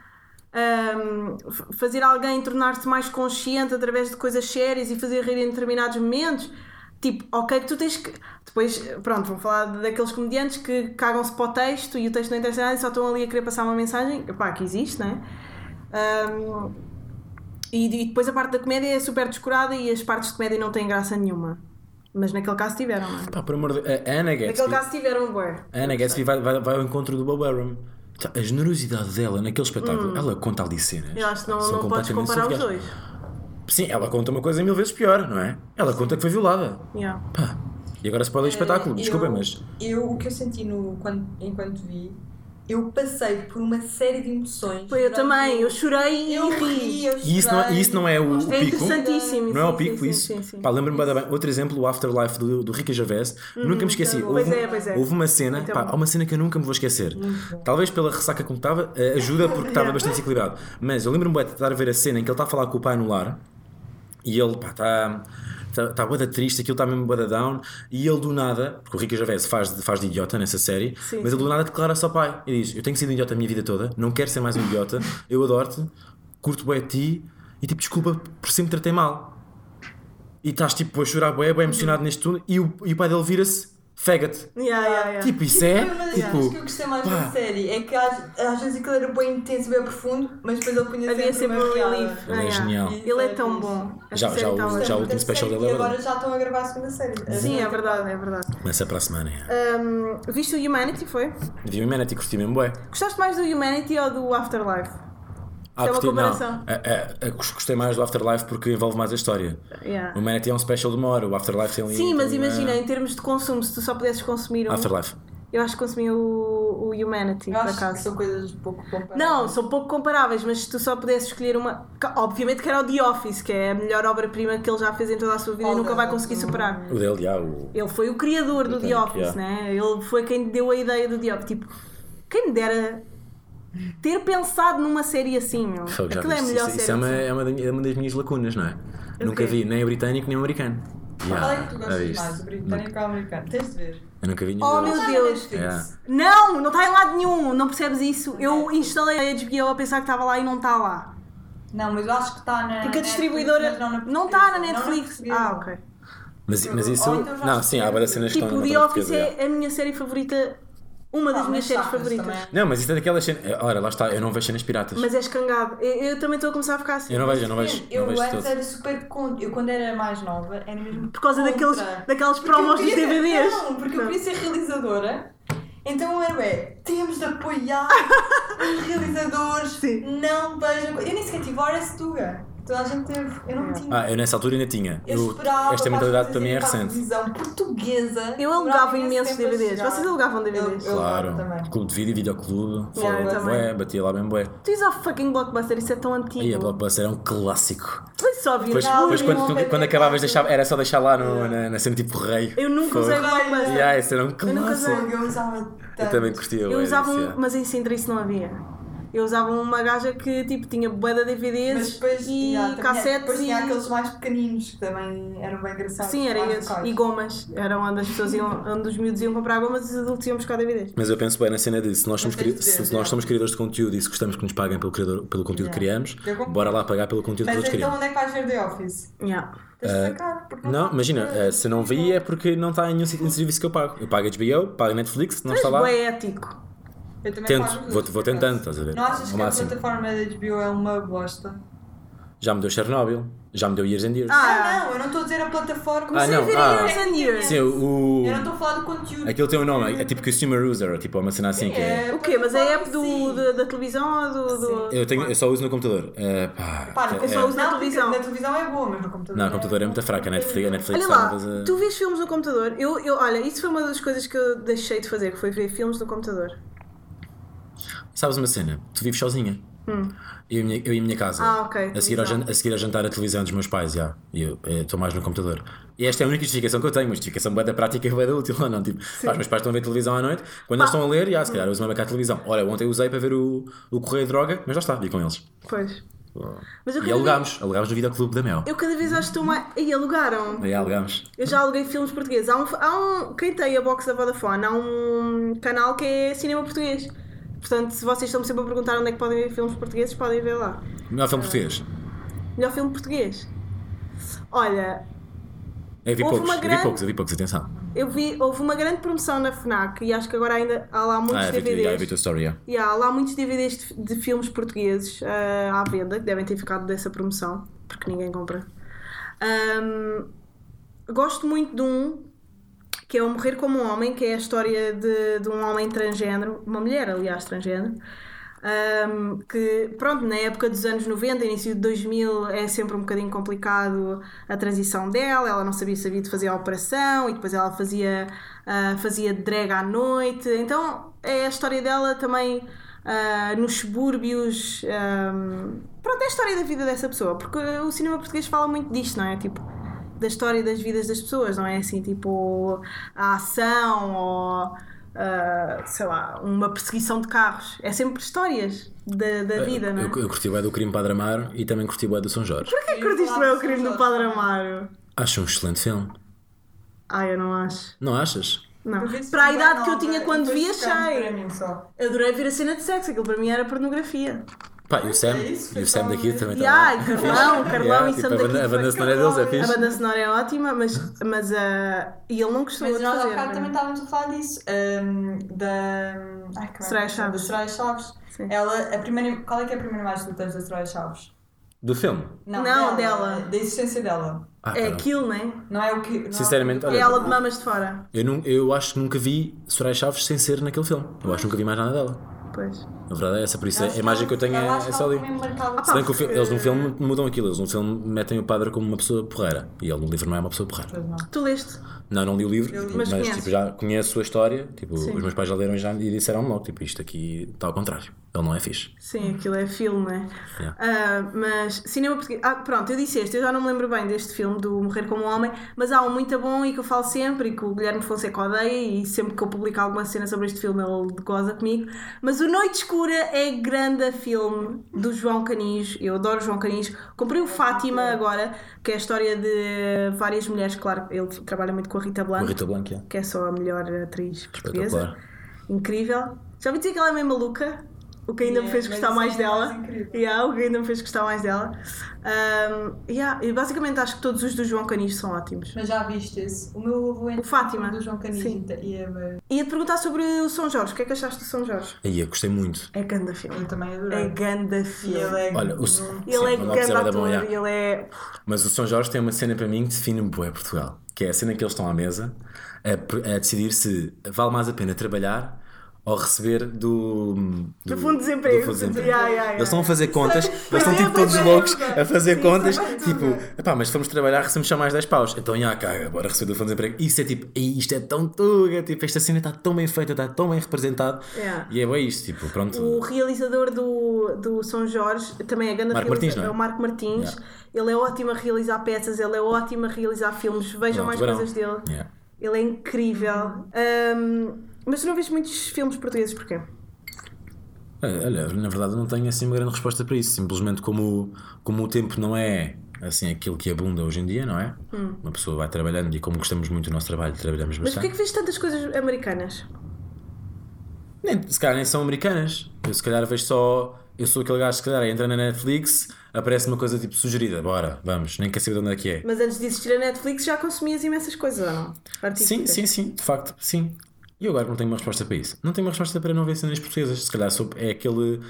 B: ah, f- fazer alguém tornar-se mais consciente através de coisas sérias e fazer rir em determinados momentos? Tipo, ok, que tu tens que. Depois, pronto, vão falar daqueles comediantes que cagam-se para o texto e o texto não interessa nada e só estão ali a querer passar uma mensagem. Pá, que existe, não é? Ah, e, e depois a parte da comédia é super descurada e as partes de comédia não têm graça nenhuma. Mas naquele caso tiveram, não é?
C: Pá, por amor de A Anna Gatsby,
B: Naquele caso tiveram, bué.
C: a Anna Gatsby vai, vai, vai ao encontro do Bob Arum. Então, A generosidade dela naquele espetáculo, ela conta ali cenas.
B: Hum. Eu acho que não,
C: São
B: não podes
C: completamente
B: comparar os
C: surreais.
B: dois.
C: Sim, ela conta uma coisa mil vezes pior, não é? Ela conta que foi violada.
B: Yeah.
C: Pá. E agora spoiler
B: É,
C: o espetáculo,
D: Eu-
C: desculpem, Tá mas.
D: Eu, o que eu senti no, quando, enquanto vi, eu passei por uma série de emoções.
B: Foi eu
D: durante
B: também,
D: o-
B: eu chorei
D: Eu
B: e
D: ri,
B: ri.
D: eu
C: E isso não é- e isso não é o- o
D: chorei.
B: É
C: pico?
B: interessantíssimo.
C: Não é
B: sim,
C: o pico
B: sim,
C: isso?
B: Sim, sim.
C: Pá, lembro-me bué da bem. Outro exemplo, o Afterlife do, do Ricky Gervais. nunca me esqueci.
D: muito bom.
B: Uhum,
C: Houve,
B: Pois é, pois é.
C: houve uma cena,
B: Muito
C: pá,
B: bom.
C: há uma cena que eu nunca me vou esquecer. Talvez pela ressaca como estava, eh, ajuda porque estava bastante desequilibrado. Mas eu lembro-me bué de estar a ver a cena em que ele está a falar com o pai no lar e ele, pá, está. Está tá bué da triste, aquilo está mesmo bué da down. E ele do nada, porque o Ricky Gervais faz, de- faz de idiota nessa série,
B: Sim,
C: mas ele do nada declara-se ao pai e diz: Eu tenho sido idiota a minha vida toda, não quero ser mais um idiota, eu adoro-te, curto bué de ti e tipo, desculpa por sempre te tratei mal. E estás tipo a chorar, bué, bué emocionado neste túnel. E o, e o pai dele vira-se: faggot.
B: Yeah, yeah, yeah.
C: Tipo, isso é.
D: Foi uma das coisas que eu
C: Tipo,
D: gostei mais
C: pá.
D: da série. É que às, às vezes aquilo era bem intenso, bem profundo, mas depois ele punha
B: Havia
D: sempre,
B: sempre
D: uma
B: um
D: piada.
B: relief.
C: Ele é genial.
B: Ele é tão bom. A
C: Já-
B: série
C: já
B: é tão
C: o-
B: boa.
C: já o- último
D: Portanto,
C: special
D: sei
C: dele
D: que
C: é
D: agora
C: verdade.
D: já estão a gravar a segunda série.
B: Sim, é verdade, é verdade.
C: começa para a semana. é.
B: Hum, viste o Humanity, foi?
C: Vi o Humanity, curti mesmo, bué.
B: Gostaste mais do Humanity ou do Afterlife?
C: Ah,
B: Isto é uma
C: curti,
B: comparação.
C: não. É, é, é, gostei mais do Afterlife porque envolve mais a história.
B: Yeah.
C: O Humanity é um special de uma hora, o Afterlife tem ali.
B: Sim, mas
C: tem uma-
B: imagina, em termos de consumo, se tu só pudesses consumir um.
C: Afterlife.
B: Eu acho que consumi o, o Humanity,
D: Eu
B: por
D: acho que
B: acaso.
D: são coisas pouco comparáveis.
B: Não, são pouco comparáveis, mas se tu só pudesses escolher uma. ca- Obviamente que era o The Office, que é a melhor obra-prima que ele já fez em toda a sua vida e
D: Oh,
B: nunca vai
D: não,
B: conseguir
D: não.
B: superar.
C: O dele, já, o.
B: Ele foi o criador do The
C: Britânico,
B: Office,
C: yeah.
B: né? Ele foi quem deu a ideia do The Office. Tipo, quem me dera ter pensado numa série assim, meu.
C: Fogo, já
B: Aquilo é a
C: viste,
B: melhor
C: isso,
B: série.
C: isso é, uma,
B: assim.
C: é uma da minha- uma das minhas lacunas, não é? Nunca vi nem o britânico nem o americano.
D: Qual
C: Já,
D: é que tu
C: já
D: gostas
C: viste.
D: mais, o britânico ou o americano? Tens de ver.
C: Eu nunca vi nenhum
B: Oh
C: deles.
B: meu
C: É.
D: Está na
B: Deus!
D: Netflix.
C: Yeah.
B: Não, não está em lado nenhum, não percebes isso? Eu instalei a HBO a pensar que estava lá e não está lá.
D: Não, mas eu acho que está na.
B: Porque a
D: Netflix,
B: distribuidora
D: mas não na
B: não está na
D: portuguesa.
B: Netflix.
D: Não na portuguesa.
B: Ah, ok.
C: Mas, mas
D: Ou
C: isso.
B: Oh,
D: então já
C: não, sim, há várias cenas que estão
B: Tipo,
C: na
B: The
C: outra
B: Office
C: portuguesa, já.
B: é a minha série favorita, uma das minhas
D: Ah, mas
B: séries
D: sacas
B: favoritas.
D: também.
C: Não, mas isso é daquelas cenas. Ora, lá está, eu não vejo cenas piratas.
B: Mas é escangado. Eu, eu também estou a começar a ficar assim.
C: Eu não vejo, eu não vejo.
D: Eu
C: não vejo de
D: antes
C: todo.
D: era super contra. Eu quando era mais nova era mesmo.
B: Por causa daqueles,
D: contra.
B: daquelas
D: Porque eu
B: promos dos
D: queria-
B: DVDs.
D: Não, porque eu
B: Não.
D: queria ser realizadora. Então eu era, ué, temos de apoiar os realizadores.
B: Sim.
D: Não vejam. co- Eu nem sequer tive horas Tuga. Toda a gente teve. Eu não tinha.
C: Ah, eu nessa altura ainda tinha.
D: eu
C: Eu-
D: esperava
C: esta mentalidade
D: as coisas
C: para mim é
D: irem a
C: recente.
D: televisão portuguesa.
B: Eu alugava
D: Demorava
B: imensos
D: tempo a
B: DVDs.
D: chegar.
B: Vocês alugavam DVDs?
D: Eu, eu
C: Claro,
D: alugava também.
C: clube de vídeo, videoclube,
B: Yeah, eu
C: fogo,
B: também.
C: bué, batia lá bem bué.
B: Tu és ao fucking blockbuster, isso é tão antigo.
C: E a Blockbuster é um clássico.
B: Foi só vi
C: Depois,
D: Não,
C: depois
D: não,
C: quando, tu-
D: não, não,
C: quando
D: não,
C: acabavas,
D: não.
C: deixava, era só deixar lá no, na, na cena tipo rei.
B: Eu nunca usei
C: Fogo.
B: blockbuster.
C: Yeah, esse era um
B: Eu nunca
C: clássico.
B: usei.
D: Eu usava
C: Eu
D: tanto.
C: também curtia bué
B: Eu usava
C: disso,
B: um,
C: yeah.
B: mas em Sintra isso não havia. Eu usava uma gaja que tipo tinha bué de DVDs
D: Mas depois,
B: e
D: yeah, também- é-
B: cassetes
D: depois
B: e...
D: tinha aqueles mais pequeninos que também eram bem engraçados.
B: Sim, era
D: mais
B: esses.
D: locais.
B: E gomas. Eram onde as pessoas iam, onde os miúdos iam comprar gomas e os adultos iam buscar DVDs.
C: Mas eu penso bem na cena de se nós somos,
D: Mas tens
C: cri-
D: de ver,
C: se
D: yeah.
C: nós somos criadores de conteúdo e se gostamos que nos paguem pelo, criador, pelo conteúdo que
D: Yeah.
C: criamos,
D: Eu concordo.
C: bora lá pagar pelo conteúdo que
D: Mas
C: todos
D: então
C: criamos.
D: onde é que vais ver The Office?
B: Yeah.
D: Tens de sacar. porque
C: Ah, Não,
D: tá.
C: imagina, eh, se não vi é porque não está em nenhum sit- em serviço que eu pago. Eu pago HBO, pago Netflix, não
B: Mas
C: está lá.
B: bué ético.
D: Eu também
C: é- Tento,
D: pago os
C: vou-
D: dois,
C: vou
D: por acaso.
C: tentando, estás a ver?
D: Não achas
C: Ao
D: que é a
C: máximo.
D: plataforma da HBO é uma bosta?
C: Já me deu Chernobyl, já me deu Years and Years.
B: Ah,
D: Ah, não, eu não estou a dizer a plataforma.
C: Ah,
D: Eu
C: não,
B: Ver
C: ah.
B: Years and Years.
C: Sim, o.
D: não estou a falar do conteúdo.
C: Aquilo tem um nome, é tipo Consumer User, tipo uma cena assim que é.
D: É,
B: O quê? Mas é a app do,
D: sim.
B: da, da televisão ou do... do-
C: Eu, tenho, eu só uso no computador. Eh, pá,
D: Para,
C: é-
B: eu só uso na
D: não, porque
B: televisão.
D: Na televisão é boa, mas no computador.
C: Não, o computador é muito fraca, a Netflix, a Netflix é-
B: Olha
C: está
B: lá,
C: uma coisa-
B: tu vês filmes no computador? Eu, eu, olha, isso foi uma das coisas que eu deixei de fazer, que foi ver filmes no computador.
C: Sabes uma cena? Tu vives sozinha. Eu, e a minha, eu e a minha casa.
B: Hum. Ah, ok,
C: A seguir, ao,
B: televisão.
C: jan- a seguir ao jantar, a televisão dos meus pais, já. E eu eh, estou mais no computador. E esta é a única justificação que eu tenho, uma justificação bem da prática e bem da útil, ou não? Tipo, pá, os meus pais estão a ver televisão à noite, quando eles estão a ler, já, se calhar uso uma beca à televisão. Olha, ontem usei para ver o, o Correio de Droga, mas já está, vi com eles.
B: Pois. Mas eu cada
C: E
B: vez,
C: alugámos, alugámos no videoclube da Mel.
B: eu cada vez acho que estou mais... E alugaram.
C: E alugámos.
B: Eu já aluguei filmes portugueses. Há um, há um. Quem tem a box da Vodafone, há um canal que é cinema português. Portanto, se vocês estão sempre a perguntar onde é que podem ver filmes portugueses, podem ver lá.
C: Melhor é um filme português.
B: Melhor filme português. Olha,
C: Eu vi
B: Houve
C: poucos,
B: uma
C: eu
B: grande-
C: vi poucos, eu vi poucos, atenção.
B: eu vi. Houve uma grande promoção na Fnac e acho que agora ainda há lá muitos
C: Ah, eu vi, tu- já, eu vi a tua
B: DVDs.
C: story, já.
B: E há lá muitos DVDs de, de filmes portugueses ah, à venda, que devem ter ficado dessa promoção, porque ninguém compra. Ahm, gosto muito de um que é o Morrer como um Homem, que é a história de, de um homem transgénero, uma mulher, aliás, transgénero, ahm, que, pronto, na época dos anos 90, início de 2000, é sempre um bocadinho complicado a transição dela, ela não sabia se havia de fazer a operação e depois ela fazia, ah, fazia drag à noite, então é a história dela também ah, nos subúrbios, ahm, pronto, é a história da vida dessa pessoa, porque o cinema português fala muito disto, não é? Tipo, da história e das vidas das pessoas, não é assim tipo a ação ou ah, sei lá, uma perseguição de carros. É sempre histórias da, da vida, não é?
C: Ah, Eu,
B: Por
C: eu curti o é do Crime Padre Amaro e também curti o é do São Jorge.
B: que é que curtiste bem o crime do Padre Amaro?
C: Acho um excelente filme.
B: Ai, eu não acho.
C: Não achas?
B: Não.
D: Eu vi isso
B: Para a
D: bem
B: idade que eu
D: é nova,
B: tinha quando
D: e
B: vi,
D: depois ficava para
B: achei.
D: mim só.
B: Adorei ver a cena de sexo, aquilo para mim era pornografia.
C: Pá, e o Sam,
D: É isso,
C: e o Sam
D: foi
C: daqui
D: só-
C: também
B: E
C: está lá.
B: ai, Carlão, Carlão
C: Então, Yeah,
B: e
C: tipo,
B: Sam
C: a banda-
B: daqui.
C: a banda sonora deles é
B: A
C: fixe.
B: banda sonora é ótima, mas, mas ah, e ele não gostou
D: Mas
B: de
D: nós há
B: fazer.
D: bocado
B: não é?
D: também tá- estávamos a falar disso. hum, da. Ai, como é que
B: Soraya
D: é?
B: Chaves.
D: Da Soraya Chaves.
B: Sim.
D: Ela, a primeira, qual é que é a primeira imagem que tu tens da Soraya Chaves?
C: Do filme.
B: Não, dela.
D: Da existência dela.
C: Ah,
B: É
C: caralho.
B: aquilo, não é?
D: Não é o que. não é o que-
C: Sinceramente,
B: É
C: olha,
B: ela de mamas de fora.
C: eu, nun- eu acho que nunca vi Soraya Chaves sem ser naquele filme. Eu acho que nunca vi mais nada dela.
B: Pois.
C: Na verdade é essa, por isso
D: Ela
C: a imagem que eu tenho é,
D: ela
C: é
D: acho que
C: só
D: ela
C: ali.
D: também marcava-
B: Ah, pá,
C: Se bem que o fi-
B: porque-
C: eles no filme mudam aquilo, eles no filme metem o padre como uma pessoa porreira e ele no livro não é uma pessoa porreira.
B: Tu leste?
C: Não, não li o livro,
D: Eu li.
C: mas,
B: Mas
C: tipo,
B: conheces.
C: já conheço a história, tipo,
B: Sim.
C: os meus pais já leram e já e disseram logo, tipo, isto aqui está ao contrário, ele não é fixe.
B: Sim, aquilo é filme, não é?
C: Yeah.
B: Ah, mas cinema português. Ah, pronto, eu disse este, eu já não me lembro bem deste filme do Morrer como um Homem, mas há um muito bom e que eu falo sempre e que o Guilherme Fonseca odeia e sempre que eu publico alguma cena sobre este filme ele goza comigo. Mas o Noite Escura é grande filme do João Canis, eu adoro o João Canis.
C: É
B: Comprei o Fátima agora, que é a história de várias mulheres, claro, ele trabalha muito com a Rita
C: Com a
B: Blanco,
C: Rita Blanca, é.
B: que é só a melhor atriz portuguesa.
C: espetacular.
B: Incrível. Já ouvi dizer que ela é meio maluca, o que ainda me
D: Yeah,
B: fez
D: mas
B: gostar
D: isso
B: mais
D: é
B: dela.
D: mais incrível.
B: yeah, o que ainda me fez gostar mais dela. Um, yeah, e basicamente acho que todos os do João Canis são ótimos.
D: Mas já viste esse? O meu avô entra
B: O Fátima.
D: do João Canis
B: Sim.
D: e é.
B: Ia te perguntar sobre o São Jorge, o que é que achaste do São Jorge?
C: Aí eu gostei muito.
B: É ganda filme.
D: Eu também
B: É
D: adorei.
B: ganda
D: E ele
B: filme.
D: é.
C: Olha, o,
B: Ele é
C: grande
B: ganda ator, ele é.
C: Mas o São Jorge tem uma cena para mim que define um bué Portugal, que é a cena em que eles estão à mesa a, pre- a decidir se vale mais a pena trabalhar ou receber do,
B: Do fundo de desemprego.
C: do fundo de desemprego.
B: Yeah, yeah, yeah.
C: Eles estão a fazer contas, eles estão tipo
B: é
C: todos
B: bem
C: loucos
B: tudo.
C: a fazer
B: Sim,
C: contas,
B: isso é bem
C: tipo, epá, mas se formos trabalhar recebemos só mais 10 paus. Então, já, caga, bora receber do fundo de desemprego. Isso é tipo, "Ei, isto é tão tuga, tipo, esta cena está tão bem feita, está tão bem representada.
B: Yeah.
C: E é bem isto, tipo, pronto.
B: O realizador do, do São Jorge também é grande
C: Marco
B: realiza-
C: Martins, não é?
B: o Marco Martins.
C: Yeah.
B: Ele é ótimo a realizar peças, ele é ótimo a realizar filmes. Vejam
C: Não,
B: mais
C: tubarão.
B: coisas dele.
C: Yeah.
B: Ele é incrível. Um, mas tu não vês muitos filmes portugueses, porquê?
C: É, Olha, na verdade eu não tenho assim uma grande resposta para isso. Simplesmente como, como o tempo não é assim aquilo que abunda hoje em dia, não é? Uma pessoa vai trabalhando e como gostamos muito do nosso trabalho, trabalhamos
B: Hum. Mas porquê
C: bastante.
B: que vês tantas coisas americanas?
C: Nem, se calhar nem são americanas. Eu se calhar vejo só. Eu sou aquele gajo que se calhar entra na Netflix, aparece uma coisa tipo sugerida, bora, vamos, nem quer saber de onde é que é.
B: Mas antes de existir a Netflix já consumias imensas coisas, ou não?
C: Sim,
B: Artísticas.
C: sim, sim, de facto, sim. E eu agora não tenho uma resposta para isso. Não tenho uma resposta para não ver cenas portuguesas. Se calhar sou, é aquele.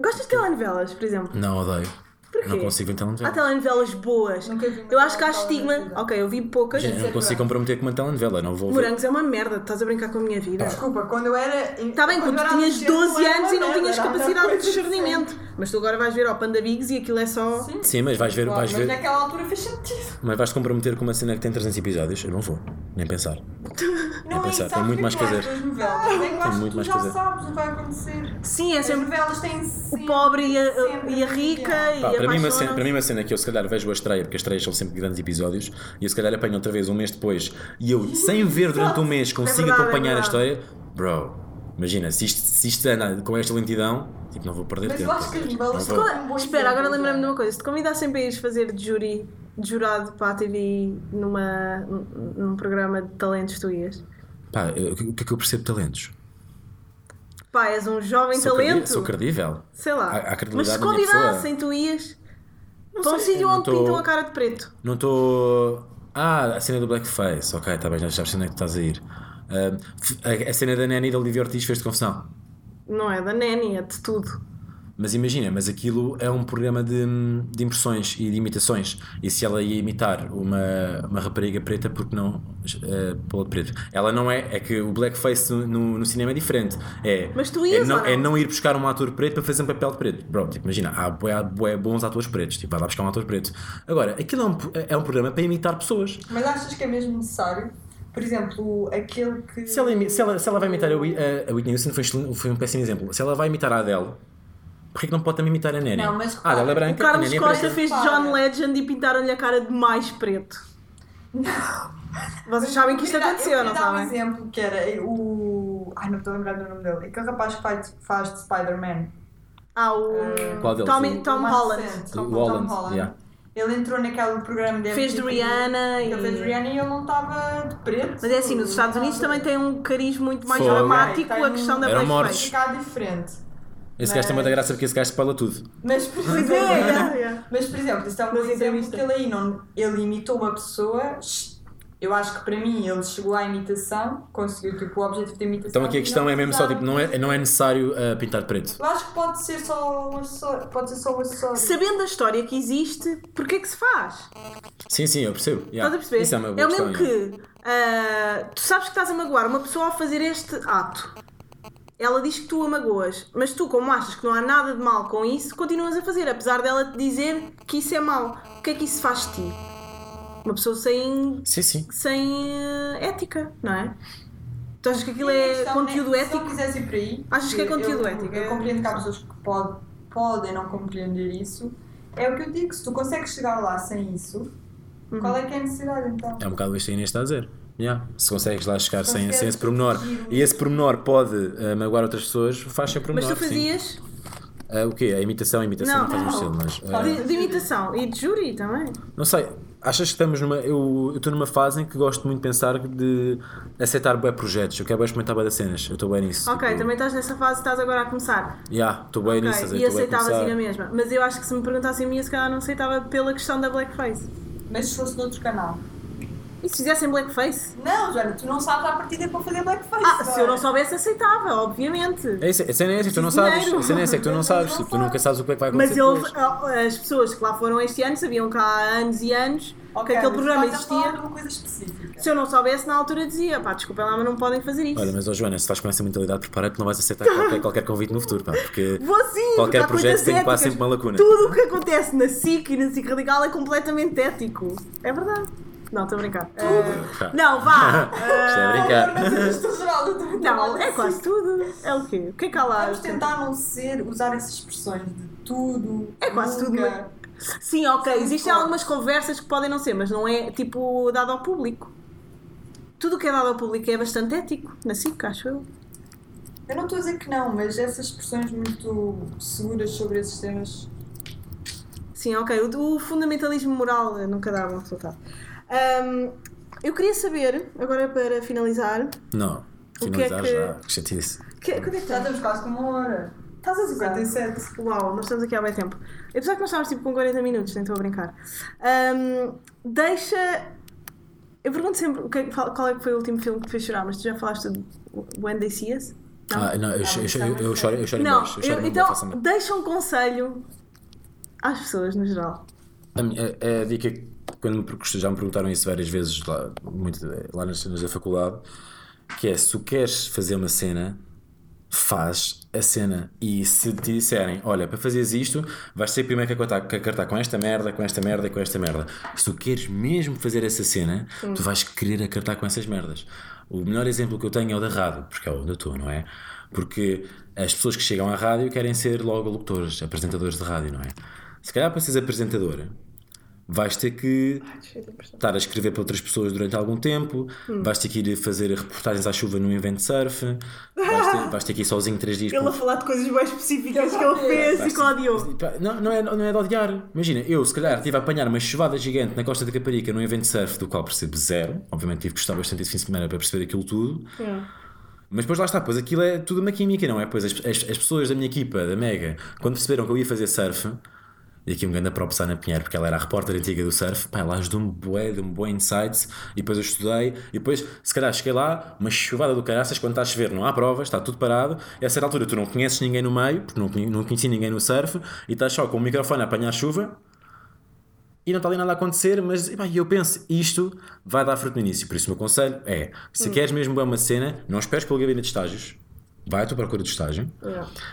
B: Gostas de telenovelas, por exemplo?
C: Não odeio.
B: Porquê?
C: Não consigo então não ver.
B: Há telenovelas boas.
D: Nunca vi uma
B: Eu acho que há
D: telenovela assim. na
B: estigma.
D: vida.
B: Ok, eu vi poucas.
C: Eu não consigo comprometer com uma telenovela, não vou ver.
B: Morangos é uma merda, estás a brincar com a minha vida.
D: Desculpa, quando eu era.
B: Está Tá bem, quando tinhas 12 anos e não tinhas
D: é?
B: capacidade de
D: discernimento.
B: discernimento. Mas tu agora vais ver ao Panda Bigs e aquilo é só.
D: assim. Sim.
C: Sim, mas vais ver, vais
D: Mas
C: ver,
D: naquela altura fez sentido.
C: mas vais te comprometer com uma cena que tem 300 episódios? Eu não vou, nem pensar.
D: Não
C: É
D: é
C: pensar, tem
D: sabes
C: muito
D: que
C: mais
D: eu
C: que
D: acho
C: fazer.
D: das novelas, é que eu acho que
C: muito
D: tu
C: mais que
D: já
C: fazer.
D: sabes o que vai acontecer.
B: Sim, é
D: As
B: sempre
D: novelas têm sempre.
B: o pobre e a,
D: sempre
B: e a
D: um
B: rica
D: milhão.
B: e
C: Pá,
B: a
C: para, mim uma
B: paixona.
C: cena, para mim, uma cena que eu se calhar vejo a estreia, porque as estreias são sempre grandes episódios, e eu se calhar apanho outra vez um mês depois, e eu, sem ver durante um mês, consigo
B: verdade, é
C: acompanhar a
B: verdade.
C: história, bro, imagina, se isto, se isto anda com esta lentidão, tipo, não vou perder
D: Mas eu
C: tempo.
D: acho que as novelas-
C: Não
B: Co-
C: vou.
D: Um bom
B: Espera, agora
D: exemplo,
B: lembrei-me
D: já.
B: de uma coisa. Se te convidassem para ires fazer de júri, de jurado para a TV numa, num num programa de talentos, tu ias?
C: Pá, eu- o que é que eu percebo de talentos?
B: Pá, és um jovem
C: Sou credi-
B: talento?
C: Sou credível.
B: Sei lá.
C: Há- há credibilidade
B: Mas se
C: na minha
B: convidassem, tu ias para um
C: sei, eu
B: sítio
C: não
B: onde
C: tô-
B: pintam a cara de preto.
C: Não estou. Ah, a cena do Blackface, ok, está bem, já sabes onde é que estás a ir. Ah, a, a cena da Nanny e da Olivia Ortiz fez-te confusão.
B: Não é da Nani, é de tudo.
C: Mas imagina, mas aquilo é um programa de, de impressões e de imitações. E se ela ia imitar uma, uma rapariga preta, porque não. eh, pelo preto? Ela não é. É que o blackface no, no- no cinema é diferente. É,
B: Mas tu ias
C: é não,
B: ou não?
C: é não ir buscar um ator preto para fazer um papel de preto. Bro, tipo, imagina, há bué- há bué bons atores pretos. Tipo, vai lá buscar um ator preto. Agora, aquilo é um, é um programa para imitar pessoas.
D: Mas achas que é mesmo necessário? Por exemplo, aquele que.
C: Se ela, imi- se ela- se ela vai imitar a, Whit- a- a Whitney Houston, foi, um excelente- foi um péssimo exemplo. Se ela vai imitar a Adele, porquê que não pode também imitar a Nanny?
D: Não, mas
C: ah,
D: repara,
C: ela é
B: O
C: branca, a
B: Carlos
C: Nanny é
B: Costa
C: preta.
B: fez
D: Para.
B: John Legend e pintaram-lhe a cara de mais preto. Vocês sabem que isto
D: Eu queria
B: aconteceu,
D: dar- eu
B: não
D: queria dar um
B: sabem?
D: exemplo que era o. Ai, não estou a lembrar do nome dele. Aquele rapaz que faz, faz de Spider-Man.
B: Ah, o
C: Qual deles?
B: Tommy-
C: O-
B: Tom
D: O mais
B: Holland.
D: recente,
C: O
D: Tom,
C: Holland,
D: Tom Holland.
C: yeah.
D: Ele entrou naquele programa dele.
B: Fez de
D: tipo,
B: Rihanna
D: Ele
B: e-
D: fez de Rihanna e ele não estava de preto.
B: Mas é assim, nos Estados Unidos também tem um cariz muito mais
C: Fogo.
B: dramático
D: É, Tem-
B: a questão da
C: Eram
B: blackface.
C: mortos.
D: ficar diferente.
C: Esse gajo tem muita graça porque esse gajo spoila tudo.
D: Mas por exemplo,
B: é, yeah, yeah.
D: mas, por exemplo isso é um
B: Mas
D: bom exemplo
B: entrevista.
D: que ele aí não, ele imitou uma pessoa. Eu acho que para mim ele chegou à imitação, conseguiu tipo, o objetivo da imitação.
C: Então
B: um
C: aqui a
D: e
C: questão
D: não
C: é mesmo só tipo,
D: precisava-
C: não é, não é necessário ah, pintar de preto.
D: Eu acho que pode ser só um acessório. Pode ser só um acessório.
B: Sabendo a história que existe, porquê é que se faz?
C: Sim, sim, eu percebo.
B: Estás
C: Yeah.
B: a perceber?
C: Isso é uma boa
B: o
C: questão.
B: mesmo
C: yeah.
B: que ah, tu sabes que estás a magoar uma pessoa ao fazer este ato. Ela diz que tu a magoas, mas tu, como achas que não há nada de mal com isso, continuas a fazer, apesar dela te dizer que isso é mau. O que é que isso faz de ti? Uma pessoa sem,
C: Sim, sim.
B: sem eh, ética, não é? Tu achas que aquilo
D: Sim,
B: é
D: então,
B: conteúdo
D: né, Se
B: ético?
D: eu quisesse ir por aí.
B: Achas que é
D: eu-
B: conteúdo
D: eu,
B: ético?
D: Eu compreendo que há pessoas que pod- podem não compreender isso. É o que eu digo, se tu consegues chegar lá sem isso,
B: Uhum.
D: qual é que é a necessidade então?
C: É um bocado isto que a Inês está a dizer. Yeah. Se conseguires lá chegar sem,
D: Consegues
C: sem esse pormenor
D: fugir.
C: e esse pormenor pode ah, magoar outras pessoas, faz sem
B: Mas
C: pormenor.
B: tu
C: sim.
B: fazias
C: Ah, o quê? A imitação, a imitação
B: Não.
C: não, faz muito estilo, mas. ah,
B: de, de imitação e de júri também.
C: Não sei, achas que estamos numa. Eu eu estou numa fase em que gosto muito de pensar de aceitar bem projetos. Eu quero bem experimentar bem das cenas. Eu estou bem nisso.
B: Ok,
C: tipo,
B: também estás nessa fase, estás agora a começar.
C: Yeah, estou bem
B: Ok,
C: nisso. estou
B: e
C: bem é a
B: aceitavas
C: começar.
B: ir na mesma. Mas eu acho que se me perguntassem a mim, eu se calhar não aceitava pela questão da blackface.
D: Mas se fosse noutro canal.
B: E se fizessem blackface?
D: Não, Joana, tu não sabes à partida para fazer blackface.
B: Ah, se eu não
D: sabes.
B: soubesse, aceitava, obviamente.
C: É isso, a cena é essa que tu não sabes.
B: Dinheiro.
C: A cena é essa que tu não sabes. Tipo, tu nunca sabes o que é que vai
B: Mas
C: acontecer.
B: eles,
C: depois.
B: as pessoas que lá foram este ano sabiam que há anos e anos que aquele programa existia.
D: uma coisa específica.
B: Se eu não soubesse, na altura dizia, pá, desculpem lá, mas não podem fazer isso.
C: Olha, mas ó Joana, se estás com essa mentalidade, prepara-te, não vais aceitar qualquer, qualquer convite no futuro, pá, porque
B: Vou sim, porque
C: qualquer
B: há
C: projeto
B: coisas
C: tem
B: éticas.
C: quase sempre uma lacuna.
B: Tudo o que acontece na SIC e na SIC Radical é completamente ético. É verdade. Não, estou a brincar. Eh,
C: Pá.
B: não, vá!
C: Isto é brincar.
D: Não,
B: Não, é quase tudo. É o quê? O que é que há lá?
D: Vamos tentar não ser, usar essas expressões de tudo.
B: É quase tudo,
D: nunca.
B: Sim, ok.
D: Sim,
B: Existem
D: claro.
B: algumas conversas que podem não ser, mas não é tipo dado ao público. Tudo o que é dado ao público é bastante ético, na SIC, acho eu.
D: Eu não estou a dizer que não, mas essas expressões muito seguras sobre esses temas.
B: Sim, ok. O, o fundamentalismo moral eh, nunca dá bom resultado. Ahm, eu queria saber, agora para finalizar,
C: Não,
B: O que é
C: finalizar
B: que-
C: já, que chatice.
B: que, quando é que
D: Já
B: estás?
D: estamos quase com uma hora.
B: Estás a Hum. zerar.
D: 57.
B: Uau, nós estamos aqui há bem tempo. Apesar que nós estávamos tipo com 40 minutos, nem estou a brincar. Ahm, deixa. Eu pergunto sempre o que é que- qual é que foi o último filme que te fez chorar, mas tu já falaste de When They See Us?
C: Ah, não, eu, cho- eu, cho- eu, eu choro, eu choro
B: Não,
C: embaixo, eu
B: eu-
C: choro muito
B: então
C: facilmente.
B: deixa um conselho às pessoas no geral.
C: A, minha- é, a- a dica que quando me, per- já me perguntaram isso várias vezes lá, muito, lá nas cenas da faculdade, que é se tu queres fazer uma cena, faz a cena. E se te disserem, olha, para fazeres isto, vais ter primeiro que acatar, que acatar com esta merda, com esta merda e com esta merda. Se tu queres mesmo fazer essa cena, tu vais querer acatar com essas merdas. O melhor exemplo que eu tenho é o da rádio, porque é onde eu estou, não é? Porque as pessoas que chegam à rádio querem ser logo locutores, apresentadores de rádio, não é? Se calhar para seres apresentadora, vais ter que estar a escrever para outras pessoas durante algum tempo, vais ter que ir fazer reportagens à chuva num evento de surf, vais ter, vais ter que ir sozinho três dias
B: Ele assim
C: para
B: a falar de coisas mais específicas que ele fez e que odiou.
C: Pá, Não, não, é, não é de odiar. Imagina, eu se calhar estive a apanhar uma chuvada gigante na costa da Caparica num evento de surf do qual percebo zero. Obviamente tive que gostar bastante de fim de semana para perceber aquilo tudo. Mas depois lá está, pois aquilo é tudo uma química, não é? Pois as, as- as pessoas da minha equipa, da Mega, quando perceberam que eu ia fazer surf, e aqui um grande props à Ana Pinheiro, porque ela era a repórter antiga do surf, pá, ela ajudou-me bué, deu-me bué insights, e depois eu estudei, e depois, se calhar, cheguei lá, uma chuvada do caraças, quando está a chover, não há provas, está tudo parado, e a certa altura tu não conheces ninguém no meio, porque não, conhe- não conheci ninguém no surf, e estás só com o microfone a apanhar chuva, e não está ali nada a acontecer, mas epá, eu penso, isto vai dar fruto no início. Por isso, o meu conselho é: se queres mesmo bem uma cena, não esperes pelo gabinete de estágios, vai à tua procura de estágio,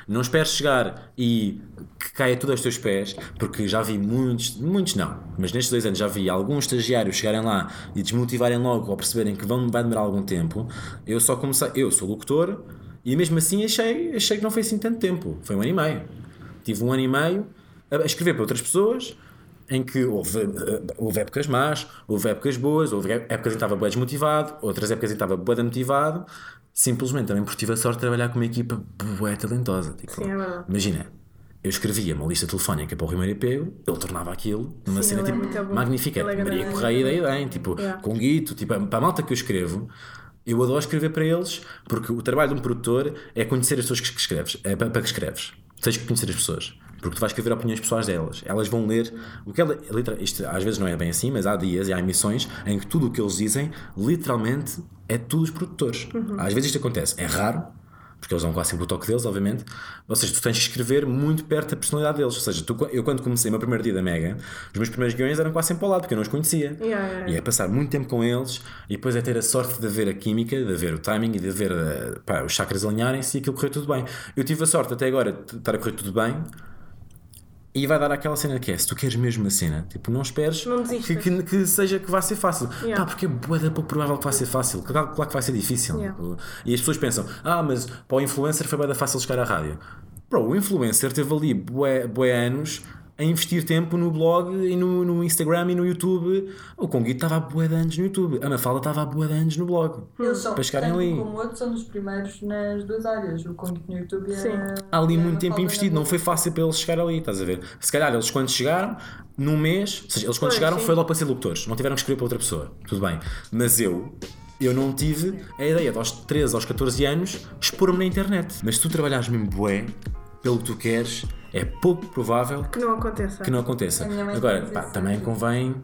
C: não esperes chegar e que caia tudo aos teus pés, porque já vi muitos, muitos não, mas nestes dois anos já vi alguns estagiários chegarem lá e desmotivarem logo ao perceberem que vão, vai demorar algum tempo. Eu só comecei, eu sou locutor e mesmo assim achei, achei que não foi assim tanto tempo, foi um ano e meio. Tive um ano e meio a a escrever para outras pessoas em que houve, eh, houve épocas más, houve épocas boas, houve épocas em que estava bem desmotivado, outras épocas em que estava bem motivado, simplesmente também porque tive a sorte de trabalhar com uma equipa bué talentosa. Tipo,
B: Sim, é verdade.
C: Imagina, eu escrevia uma lista telefónica para o Rimeiro Pego, ele tornava aquilo numa
B: Sim,
C: cena
B: ele é
C: tipo,
B: muito bom.
C: magnífica.
B: Ele é
C: Maria
B: grande.
C: Correia daí bem, tipo,
B: Yeah.
C: com guito, tipo, para a malta que eu escrevo, eu adoro escrever para eles, porque o trabalho de um produtor é conhecer as pessoas que que escreves, é para, para que escreves. tens que conhecer as pessoas. Porque tu vais escrever opiniões pessoais delas. Elas vão ler o que ela. literal- Isto às vezes não é bem assim, mas há dias e há emissões em que tudo o que eles dizem literalmente é tudo os produtores. Às vezes isto acontece. É raro, porque eles dão quase sempre o toque deles, obviamente. Ou seja, tu tens que escrever muito perto da personalidade deles. Ou seja, tu- eu quando comecei o meu primeiro dia da Mega, os meus primeiros guiões eram quase sempre ao lado, porque eu não os conhecia.
B: Yeah, yeah,
C: E é passar muito tempo com eles e depois é ter a sorte de ver a química, de ver o timing e de ver eh, pá, os chakras alinharem-se e aquilo correr tudo bem. Eu tive a sorte até agora de estar a correr tudo bem. E vai dar aquela cena que é, se tu queres mesmo a cena, tipo, não esperes
B: Não
C: que,
B: desistas.
C: que, que seja que vá ser fácil.
B: Yeah.
C: Pá, porque é bué da pouco provável que vá ser fácil. Claro, claro que vai ser difícil.
B: Yeah.
C: E as pessoas pensam, ah, mas para o influencer foi bué da fácil chegar à rádio. Bro, o influencer teve ali bué, bué anos a investir tempo no blog e no, no Instagram e no YouTube. O Conguito estava há bué de anos no YouTube. A Mafalda estava há bué de anos no blog.
D: Eles são,
C: Para chegarem
D: tanto
C: ali.
D: como outros, são dos primeiros nas duas áreas, o conteúdo no YouTube e a-
B: Sim.
C: Há ali
D: e é a
C: muito tempo
D: falta na
C: investido, não
D: boa.
C: foi fácil para eles chegar ali, estás a ver? Se calhar eles quando chegaram, num mês, ou seja, eles quando
B: Pois,
C: chegaram
B: sim.
C: foi logo para ser locutores, não tiveram que escrever para outra pessoa, tudo bem. Mas eu, eu não tive a ideia de aos 13, aos 14 anos, expor-me na internet. Mas se tu trabalhares mesmo bué, pelo que tu queres, é pouco provável
B: Que não aconteça.
C: que não aconteça.
D: A minha mãe
C: Agora,
D: diz
C: pá,
D: isso.
C: também convém,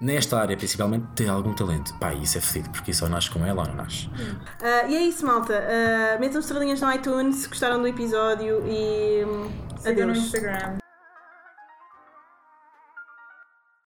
C: nesta área principalmente, ter algum talento. Pá, isso é fedido, porque isso ou nasce com ela ou não nasce.
B: Ah, e é isso, malta. Ah, metam estrelinhas no iTunes se gostaram do episódio e. hum,
D: Sigam no
B: adeus.
D: Instagram.